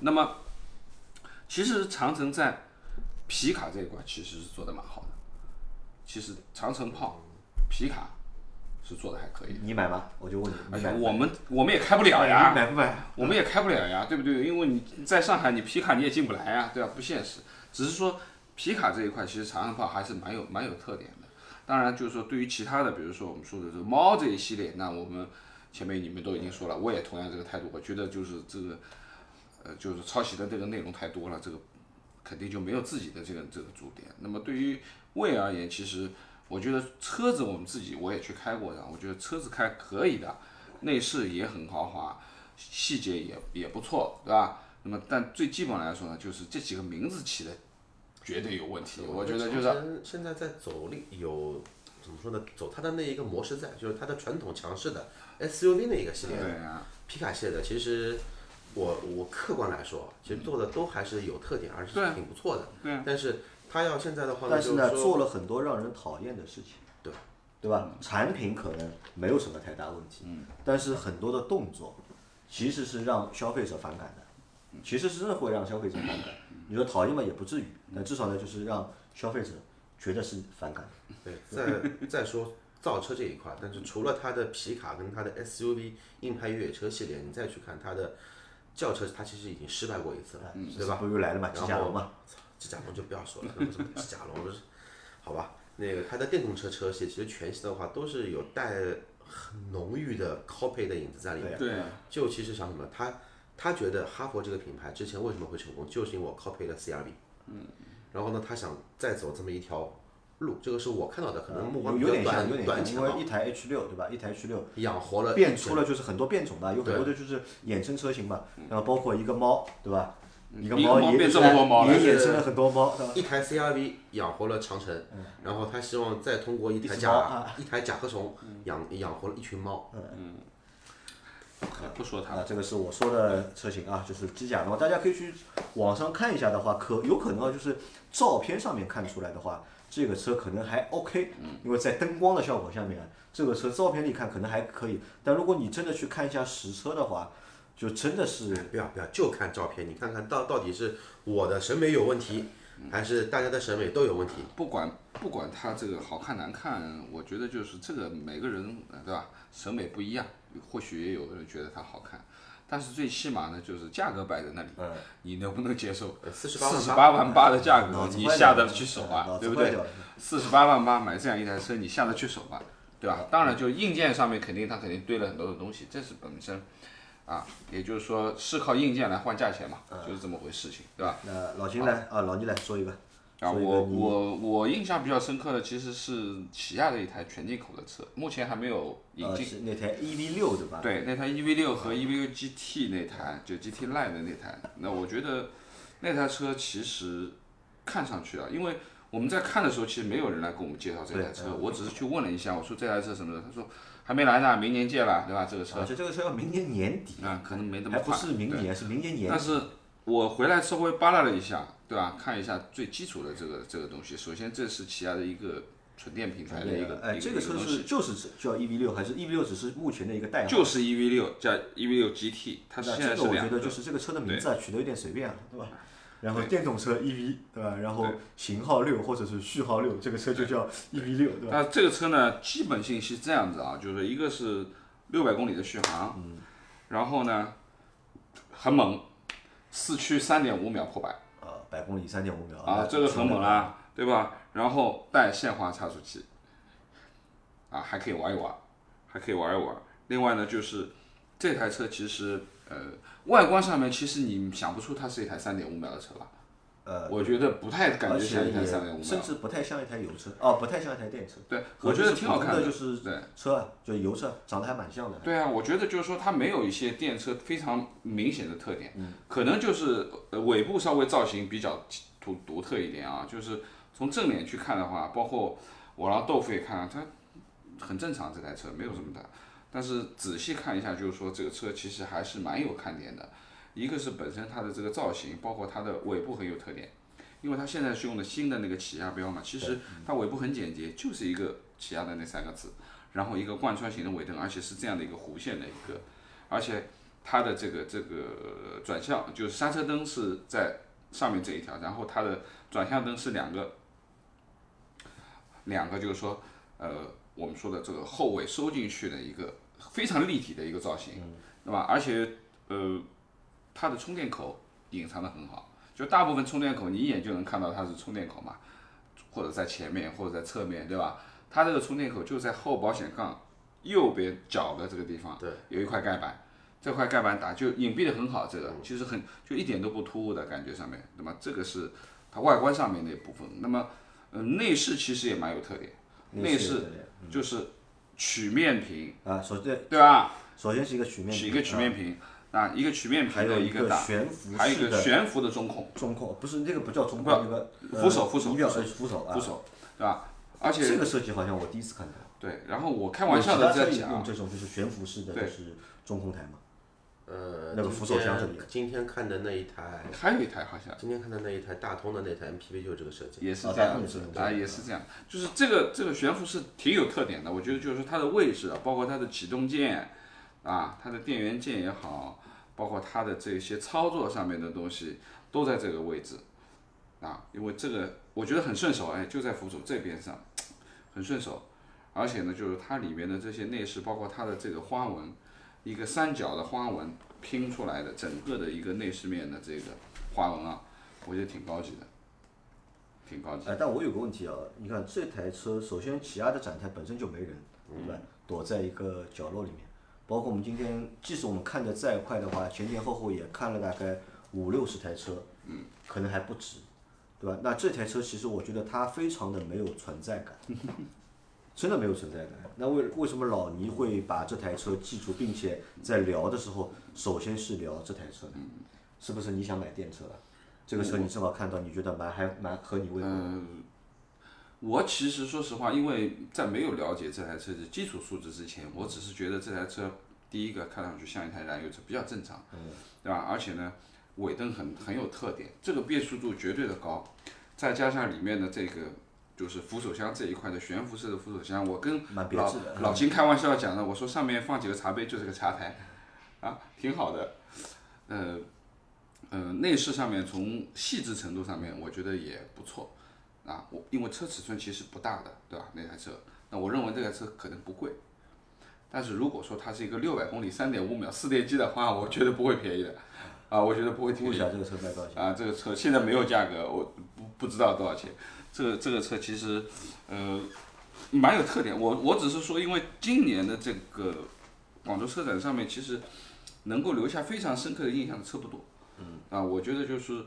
[SPEAKER 2] 那么，其实长城在皮卡这一块其实是做的蛮好的。其实长城炮、皮卡是做的还可以的，
[SPEAKER 1] 你买吗？我就问你，
[SPEAKER 2] 而
[SPEAKER 1] 你
[SPEAKER 2] 且
[SPEAKER 3] 哎
[SPEAKER 1] 买
[SPEAKER 2] 哎我们我们也开不了
[SPEAKER 1] 你
[SPEAKER 2] 呀，
[SPEAKER 1] 买不买？
[SPEAKER 2] 我们也开不了呀，对不对？因为你在上海，你皮卡你也进不来呀，对吧、不现实。只是说皮卡这一块，其实长城炮还是蛮有蛮有特点的。当然，就是说对于其他的，比如说我们说的这个猫这一系列，那我们前面你们都已经说了，我也同样这个态度，我觉得就是这个，呃，就是抄袭的这个内容太多了，这个肯定就没有自己的这个这个主点。那么对于魏而言，其实我觉得车子我们自己我也去开过的，我觉得车子开可以的，内饰也很豪华，细节也也不错，对吧？那么但最基本来说呢，就是这几个名字起的绝对有问题，我觉得就是
[SPEAKER 3] 长城现在在走另有怎么说呢，走它的那一个模式在，就是它的传统强势的 SUV 那一个系列，
[SPEAKER 2] 对啊。
[SPEAKER 3] 皮卡系列的，其实我我客观来说，其实做的都还是有特点，而且
[SPEAKER 2] 对啊
[SPEAKER 3] 挺不错的。
[SPEAKER 2] 对啊
[SPEAKER 3] 但是它要现在的话呢，
[SPEAKER 1] 但是呢，
[SPEAKER 3] 就是说
[SPEAKER 1] 做了很多让人讨厌的事情。
[SPEAKER 3] 对
[SPEAKER 1] 对吧？产品可能没有什么太大问题，
[SPEAKER 3] 嗯
[SPEAKER 1] 但是很多的动作其实是让消费者反感
[SPEAKER 3] 嗯
[SPEAKER 1] 的，其实是真的会让消费者反感。你说讨厌嘛，也不至于，
[SPEAKER 3] 嗯
[SPEAKER 1] 但至少呢，就是让消费者觉得是反感。
[SPEAKER 3] 对， 再再说造车这一块，但是除了它的皮卡跟它的 SUV 硬派越野车系列，你再去看它的轿车，它其实已经失败过一次了，
[SPEAKER 1] 哎
[SPEAKER 3] 嗯对吧？
[SPEAKER 1] 不又来了嘛，
[SPEAKER 3] 然
[SPEAKER 1] 吉祥
[SPEAKER 3] 后
[SPEAKER 1] 龙嘛，
[SPEAKER 3] 操这甲龙就不要说了， 那不是这甲龙不是，好吧？那个它的电动车车系，其实全系的话都是有带很浓郁的 copy 的影子在里面。
[SPEAKER 2] 对啊，
[SPEAKER 3] 就其实想什么，他他觉得哈佛这个品牌之前为什么会成功，就是因为我 copy 了 CRV。嗯。然后呢，他想再走这么一条路，这个是我看到的，可能目光
[SPEAKER 1] 啊有
[SPEAKER 3] 比
[SPEAKER 1] 有
[SPEAKER 3] 较
[SPEAKER 1] 点像，有
[SPEAKER 3] 短
[SPEAKER 1] 点
[SPEAKER 3] 短
[SPEAKER 1] 像，因为
[SPEAKER 3] 浅，
[SPEAKER 1] 一台 H 六对吧？一台 H 六
[SPEAKER 3] 养活了
[SPEAKER 1] 变出了就是很多变种吧，有很
[SPEAKER 3] 对
[SPEAKER 1] 多的就是衍生车型嘛，然后包括一个猫，对吧？一个
[SPEAKER 2] 一个猫
[SPEAKER 1] 也
[SPEAKER 2] 变这么多猫
[SPEAKER 1] 也
[SPEAKER 2] 了
[SPEAKER 1] 衍生了很多猫，对吧
[SPEAKER 3] 一台 CRV 养活了长城，然后他希望再通过一
[SPEAKER 1] 嗯
[SPEAKER 3] 台
[SPEAKER 1] 一只猫
[SPEAKER 3] 甲
[SPEAKER 1] 啊
[SPEAKER 3] 一台甲壳虫养养活了一群猫，
[SPEAKER 2] 不说它
[SPEAKER 1] 啊
[SPEAKER 2] 了，，
[SPEAKER 1] 这个是我说的车型啊，就是机甲的话，大家可以去网上看一下的话，可有可能啊，就是照片上面看出来的话，这个车可能还 OK，因
[SPEAKER 2] 嗯
[SPEAKER 1] 为在灯光的效果下面啊，这个车照片里看可能还可以，但如果你真的去看一下实车的话，就真的是
[SPEAKER 3] 不要不要，就看照片，你
[SPEAKER 1] 嗯
[SPEAKER 3] 看看到到底是我的审美有问题，还是大家的审美都有问题？
[SPEAKER 2] 不管不管它这个好看难看，我觉得就是这个每个人呃对吧，审美不一样，或许也有人觉得它好看，但是最起码呢，就是价格摆在那里，你能不能接受？
[SPEAKER 3] 嗯呃四十八
[SPEAKER 2] 四
[SPEAKER 3] 万
[SPEAKER 2] 十
[SPEAKER 3] 八
[SPEAKER 2] 八万八的价格
[SPEAKER 1] 脑，子
[SPEAKER 2] 你
[SPEAKER 1] 坏掉
[SPEAKER 2] 下得
[SPEAKER 1] 了
[SPEAKER 2] 去
[SPEAKER 3] 嗯
[SPEAKER 2] 手
[SPEAKER 1] 脑
[SPEAKER 2] 啊，
[SPEAKER 1] 子
[SPEAKER 2] 对不
[SPEAKER 1] 坏
[SPEAKER 2] 对
[SPEAKER 1] 掉了？
[SPEAKER 2] 四十八万八买这样一台车，你下得去手吧，对吧？当然，就硬件上面肯定它肯定堆了很多的东西，这是本身啊，也就是说是靠硬件来换价钱嘛，
[SPEAKER 3] 嗯
[SPEAKER 2] 就是这么回事情，对吧？
[SPEAKER 1] 那老金来啊，老金来说一个，
[SPEAKER 2] 啊，
[SPEAKER 1] 所以呢
[SPEAKER 2] 我
[SPEAKER 1] 你
[SPEAKER 2] 我我印象比较深刻的其实是起亚的一台全进口的车，目前还没有引
[SPEAKER 1] 呃，
[SPEAKER 2] 进。
[SPEAKER 1] 是那台 EV 六对吧？
[SPEAKER 2] 对，那台 EV 六和 EV 六 GT 那台，就 GT Line 的那台，那我觉得那台车其实看上去啊，因为我们在看的时候，其实没有人来给我们介绍这台
[SPEAKER 1] 嗯
[SPEAKER 2] 车，我只是去问了一下，我说这台车什么的，他说还没来呢，明年见了，对吧？这个车
[SPEAKER 1] 啊，就这个车要明年年底，
[SPEAKER 2] 啊，可能没那么
[SPEAKER 1] 还不
[SPEAKER 2] 快，
[SPEAKER 1] 是明
[SPEAKER 2] 对
[SPEAKER 1] 年，是明年年
[SPEAKER 2] 但是我回来稍微扒拉了一下，对吧？看一下最基础的这个这个东西，首先这是起亚的一个纯电平台的一个，
[SPEAKER 1] 哎，
[SPEAKER 2] 一
[SPEAKER 1] 这
[SPEAKER 2] 个
[SPEAKER 1] 个
[SPEAKER 2] 一
[SPEAKER 1] 车
[SPEAKER 2] 东西
[SPEAKER 1] 是就是叫 EV 六，还是 EV 六只是目前的一个代号？
[SPEAKER 2] 就是 EV 六加 EV 六 GT，它
[SPEAKER 1] 那
[SPEAKER 2] 现
[SPEAKER 1] 这
[SPEAKER 2] 在
[SPEAKER 1] 个
[SPEAKER 2] 是
[SPEAKER 1] 我
[SPEAKER 2] 两
[SPEAKER 1] 觉
[SPEAKER 2] 个
[SPEAKER 1] 得就是这个车的名字啊，取得有点随便啊，对吧？然后电动车 EV 对吧？然后型号六或者是序号六，这个车就叫 EV 六对吧？
[SPEAKER 2] 那这个车呢，基本信息是这样子啊，就是一个是六百公里的续航，
[SPEAKER 1] 嗯
[SPEAKER 2] 然后呢很猛，四驱三点五秒破百
[SPEAKER 1] 呃，百公里三点五秒
[SPEAKER 2] 啊，这个很猛啦、
[SPEAKER 1] 啊。
[SPEAKER 2] 对吧？然后带限滑差速器，啊，还可以玩一玩，还可以玩一玩。另外呢，就是这台车其实呃外观上面其实你想不出它是一台三点五秒的车吧？
[SPEAKER 1] 呃，
[SPEAKER 2] 我觉得不太感
[SPEAKER 1] 而
[SPEAKER 2] 觉像
[SPEAKER 1] 且
[SPEAKER 2] 一台
[SPEAKER 1] 也
[SPEAKER 2] 三点五秒
[SPEAKER 1] 甚。至不太像一台油车，哦，不太像一台电车。
[SPEAKER 2] 对，
[SPEAKER 1] 我
[SPEAKER 2] 我觉得
[SPEAKER 1] 就是
[SPEAKER 2] 挺好
[SPEAKER 1] 普通
[SPEAKER 2] 看
[SPEAKER 1] 的就是
[SPEAKER 2] 对。
[SPEAKER 1] 车啊，就油车，长得还蛮像的。
[SPEAKER 2] 对啊，我觉得就是说它没有一些电车非常明显的特点，可能就是呃尾部稍微造型比较独独特一点啊，就是从正脸去看的话，包括我让豆腐也看了，啊它很正常这台车没有什么的，但是仔细看一下，就是说这个车其实还是蛮有看点的，一个是本身它的这个造型，包括它的尾部很有特点。因为它现在是用的新的那个起亚标嘛，其实它尾部很简洁，就是一个起亚的那三个字，然后一个贯穿型的尾灯，而且是这样的一个弧线的一个，而且它的这个这个转向就是刹车灯是在上面这一条，然后它的转向灯是两个，两个就是说呃我们说的这个后尾收进去的一个非常立体的一个造型，那么而且呃它的充电口隐藏的很好，就大部分充电口你一眼就能看到它是充电口嘛，或者在前面或者在侧面对吧？它这个充电口就在后保险杠右边角的这个地方，
[SPEAKER 3] 对，
[SPEAKER 2] 有一块盖板，这块盖板打就隐蔽的很好，这个其实很就一点都不突兀的感觉上面。那么这个是它外观上面的一部分。那么，嗯、内饰其实也蛮有特点，
[SPEAKER 1] 饰
[SPEAKER 2] 内
[SPEAKER 1] 有
[SPEAKER 2] 饰
[SPEAKER 1] 特点
[SPEAKER 2] 就是曲面屏，
[SPEAKER 1] 啊，首先
[SPEAKER 2] 对吧？
[SPEAKER 1] 首先是一个曲面屏，
[SPEAKER 2] 是一个曲面屏，那一个曲面
[SPEAKER 1] 还
[SPEAKER 2] 屏
[SPEAKER 1] 有
[SPEAKER 2] 的
[SPEAKER 1] 一
[SPEAKER 2] 个大，
[SPEAKER 1] 悬浮
[SPEAKER 2] 还有一
[SPEAKER 1] 式
[SPEAKER 2] 个
[SPEAKER 1] 的
[SPEAKER 2] 悬浮的中控。
[SPEAKER 1] 中控，不是那个不叫中控，
[SPEAKER 2] 不
[SPEAKER 1] 那个呃
[SPEAKER 2] 扶手扶手
[SPEAKER 1] 仪表
[SPEAKER 2] 扶手
[SPEAKER 1] 呃扶手啊，
[SPEAKER 2] 扶手，对吧？而且
[SPEAKER 1] 这个设计好像我第一次看到。
[SPEAKER 2] 对，然后我开玩笑的在
[SPEAKER 1] 有其他车
[SPEAKER 2] 讲
[SPEAKER 1] 用，这种就是悬浮式的，
[SPEAKER 2] 对
[SPEAKER 1] 就是中控台嘛。
[SPEAKER 3] 呃，
[SPEAKER 1] 那个扶手箱这
[SPEAKER 3] 今
[SPEAKER 1] 里
[SPEAKER 3] 天今天看的那一台，
[SPEAKER 2] 还有一台好像
[SPEAKER 3] 今天看的那一台大通的那台 MPV 就是这个设计。
[SPEAKER 2] 也是
[SPEAKER 1] 啊
[SPEAKER 2] 这样
[SPEAKER 1] 大众
[SPEAKER 2] 子
[SPEAKER 1] 也是这
[SPEAKER 2] 啊，也是这样，就是这个这个悬浮是挺有特点的，我觉得就是说它的位置啊，包括它的启动键啊，它的电源键也好，包括它的这些操作上面的东西都在这个位置啊，因为这个我觉得很顺手，哎，就在扶手这边上，很顺手，而且呢，就是它里面的这些内饰，包括它的这个花纹，一个三角的花纹拼出来的整个的一个内饰面的这个花纹啊，我觉得挺高级的，挺高级的。
[SPEAKER 1] 哎，但我有个问题啊，你看这台车，首先起亚的展台本身就没人，对吧？躲在一个角落里面，包括我们今天，即使我们看的再快的话，前前后后也看了大概五六十台车，嗯，可能还不止，对吧？那这台车其实我觉得它非常的没有存在感， 真的没有存在感。那为为什么老倪会把这台车记住，并且在聊的时候，首先是聊这台车呢？是不是你想买电车了？啊这个车你正好看到，你觉得蛮还蛮合你胃口的。
[SPEAKER 2] 我其实说实话，因为在没有了解这台车的基础素质之前，我只是觉得这台车第一个看上去像一台燃油车，比较正常，对吧？而且呢，尾灯很很有特点，这个变速度绝对的高，再加上里面的这个就是扶手箱这一块的悬浮式的扶手箱，我跟
[SPEAKER 1] 蛮别
[SPEAKER 2] 老
[SPEAKER 1] 致的
[SPEAKER 2] 老金开玩笑讲的，我说上面放几个茶杯就是个茶台，啊，挺好的，呃。呃，内饰上面从细致程度上面，我觉得也不错。啊，我因为车尺寸其实不大的，对吧？那台车，那我认为这台车可能不贵，但是如果说它是一个六百公里、三点五秒四电机的话，我觉得不会便宜的，啊，我觉得不会便
[SPEAKER 1] 估一
[SPEAKER 2] 宜
[SPEAKER 1] 下这个车卖多少钱？
[SPEAKER 2] 啊。这个车现在没有价格，我不不知道多少钱。这个这个车其实，呃，蛮有特点。我我只是说，因为今年的这个广州车展上面，其实能够留下非常深刻的印象的车不多。嗯。啊，我觉得就是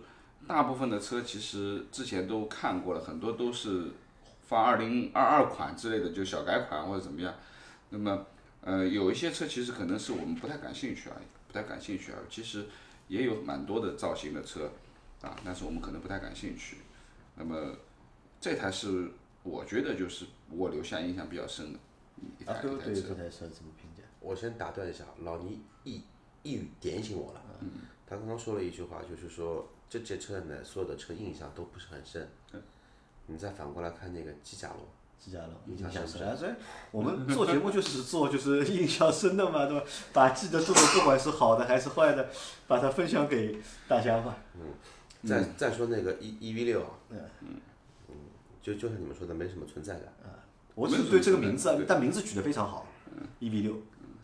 [SPEAKER 2] 大部分的车其实之前都看过了，很多都是发二零二二款之类的，就小改款或者怎么样。那么，呃，有一些车其实可能是我们不太感兴趣而已，不太感兴趣而已。其实也有蛮多的造型的车啊，但是我们可能不太感兴趣。那么，这台是我觉得就是我留下印象比较深的一台
[SPEAKER 1] 阿
[SPEAKER 2] 一
[SPEAKER 1] 哥
[SPEAKER 2] 台
[SPEAKER 1] 啊对
[SPEAKER 2] 车
[SPEAKER 1] 这。台车怎么评价？
[SPEAKER 3] 我先打断一下，老倪一一语点醒我了。他刚刚说了一句话，就是说这节车呢，所有的车印象都不是很深。你再反过来看那个基甲罗，
[SPEAKER 1] 是这样的，
[SPEAKER 3] 印
[SPEAKER 1] 印
[SPEAKER 3] 象
[SPEAKER 1] 象
[SPEAKER 3] 深
[SPEAKER 1] 深啊！所以我们做节目就是做就是印象深的嘛，对吧？把记得住的，不管是好的还是坏的，把它分享给大家嘛。
[SPEAKER 3] 再再说那个 E E V 六啊，嗯就就像你们说的，没什么存在感。
[SPEAKER 1] 我只是对这嗯个名字，啊，但名字取得非常好，EV 六，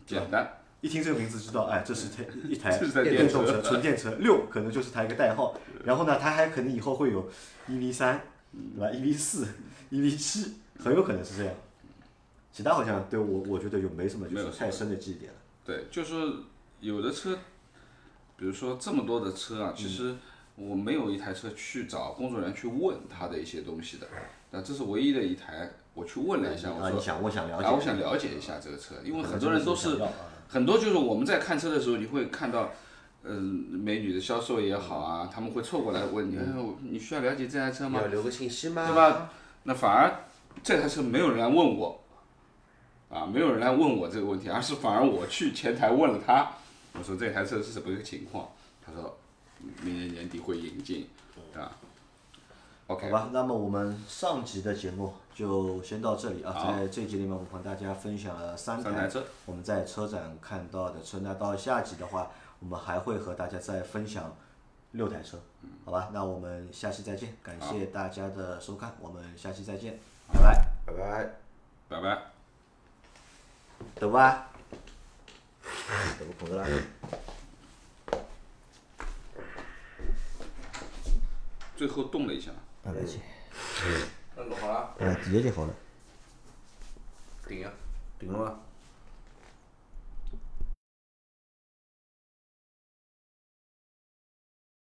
[SPEAKER 2] 简单，
[SPEAKER 1] 一听这个名字知道，哎，这是台一台
[SPEAKER 2] 这是台
[SPEAKER 1] 电
[SPEAKER 2] 电
[SPEAKER 1] 动
[SPEAKER 2] 车
[SPEAKER 1] 车，纯电车。六可能就是它一个代号，然后呢，它还可能以后会有 EV 三，
[SPEAKER 2] 嗯
[SPEAKER 1] 对吧？EV 四、EV 七，很有可能是这样。其他好像对我我觉得就没什么，就
[SPEAKER 2] 没有
[SPEAKER 1] 是太深的记忆点了。
[SPEAKER 2] 对，就是说有的车，比如说这么多的车啊，
[SPEAKER 1] 嗯
[SPEAKER 2] 其实我没有一台车去找工作人员去问他的一些东西的，那这是唯一的一台我去问了一下，我
[SPEAKER 1] 啊，你
[SPEAKER 2] 说，
[SPEAKER 1] 想我想了解，
[SPEAKER 2] 啊，我想了解一下这个车，因为
[SPEAKER 1] 可能
[SPEAKER 2] 很多人都是
[SPEAKER 1] 真的想要啊
[SPEAKER 2] 很多就是我们在看车的时候，你会看到，嗯、美女的销售也好啊，他们会凑过来问你，哎，我你需要了解这台车吗？
[SPEAKER 3] 要留个信息吗？
[SPEAKER 2] 对吧？那反而这台车没有人来问我，啊，没有人来问我这个问题，而是反而我去前台问了他，我说这台车是什么一个情况，他说嗯明年年底会引进，啊
[SPEAKER 1] 好
[SPEAKER 2] ，OK，
[SPEAKER 1] 吧，那么我们上集的节目就先到这里啊，
[SPEAKER 2] 好
[SPEAKER 1] 在这一集里面我们和大家分享了三
[SPEAKER 2] 三台
[SPEAKER 1] 台
[SPEAKER 2] 车
[SPEAKER 1] 我们在车展看到的车。那到下集的话，我们还会和大家再分享六台车，
[SPEAKER 2] 嗯
[SPEAKER 1] 好吧？那我们下期再见，感谢大家的收看，我们下期再见，拜拜，
[SPEAKER 3] 拜拜。
[SPEAKER 2] 拜拜。
[SPEAKER 1] 走 吧，走哎口子啦。
[SPEAKER 2] 最后动了一下，
[SPEAKER 1] 拜拜，姐，
[SPEAKER 2] 那录好了，
[SPEAKER 1] 哎，底下就好了。
[SPEAKER 2] 顶呀。
[SPEAKER 3] 顶了吗？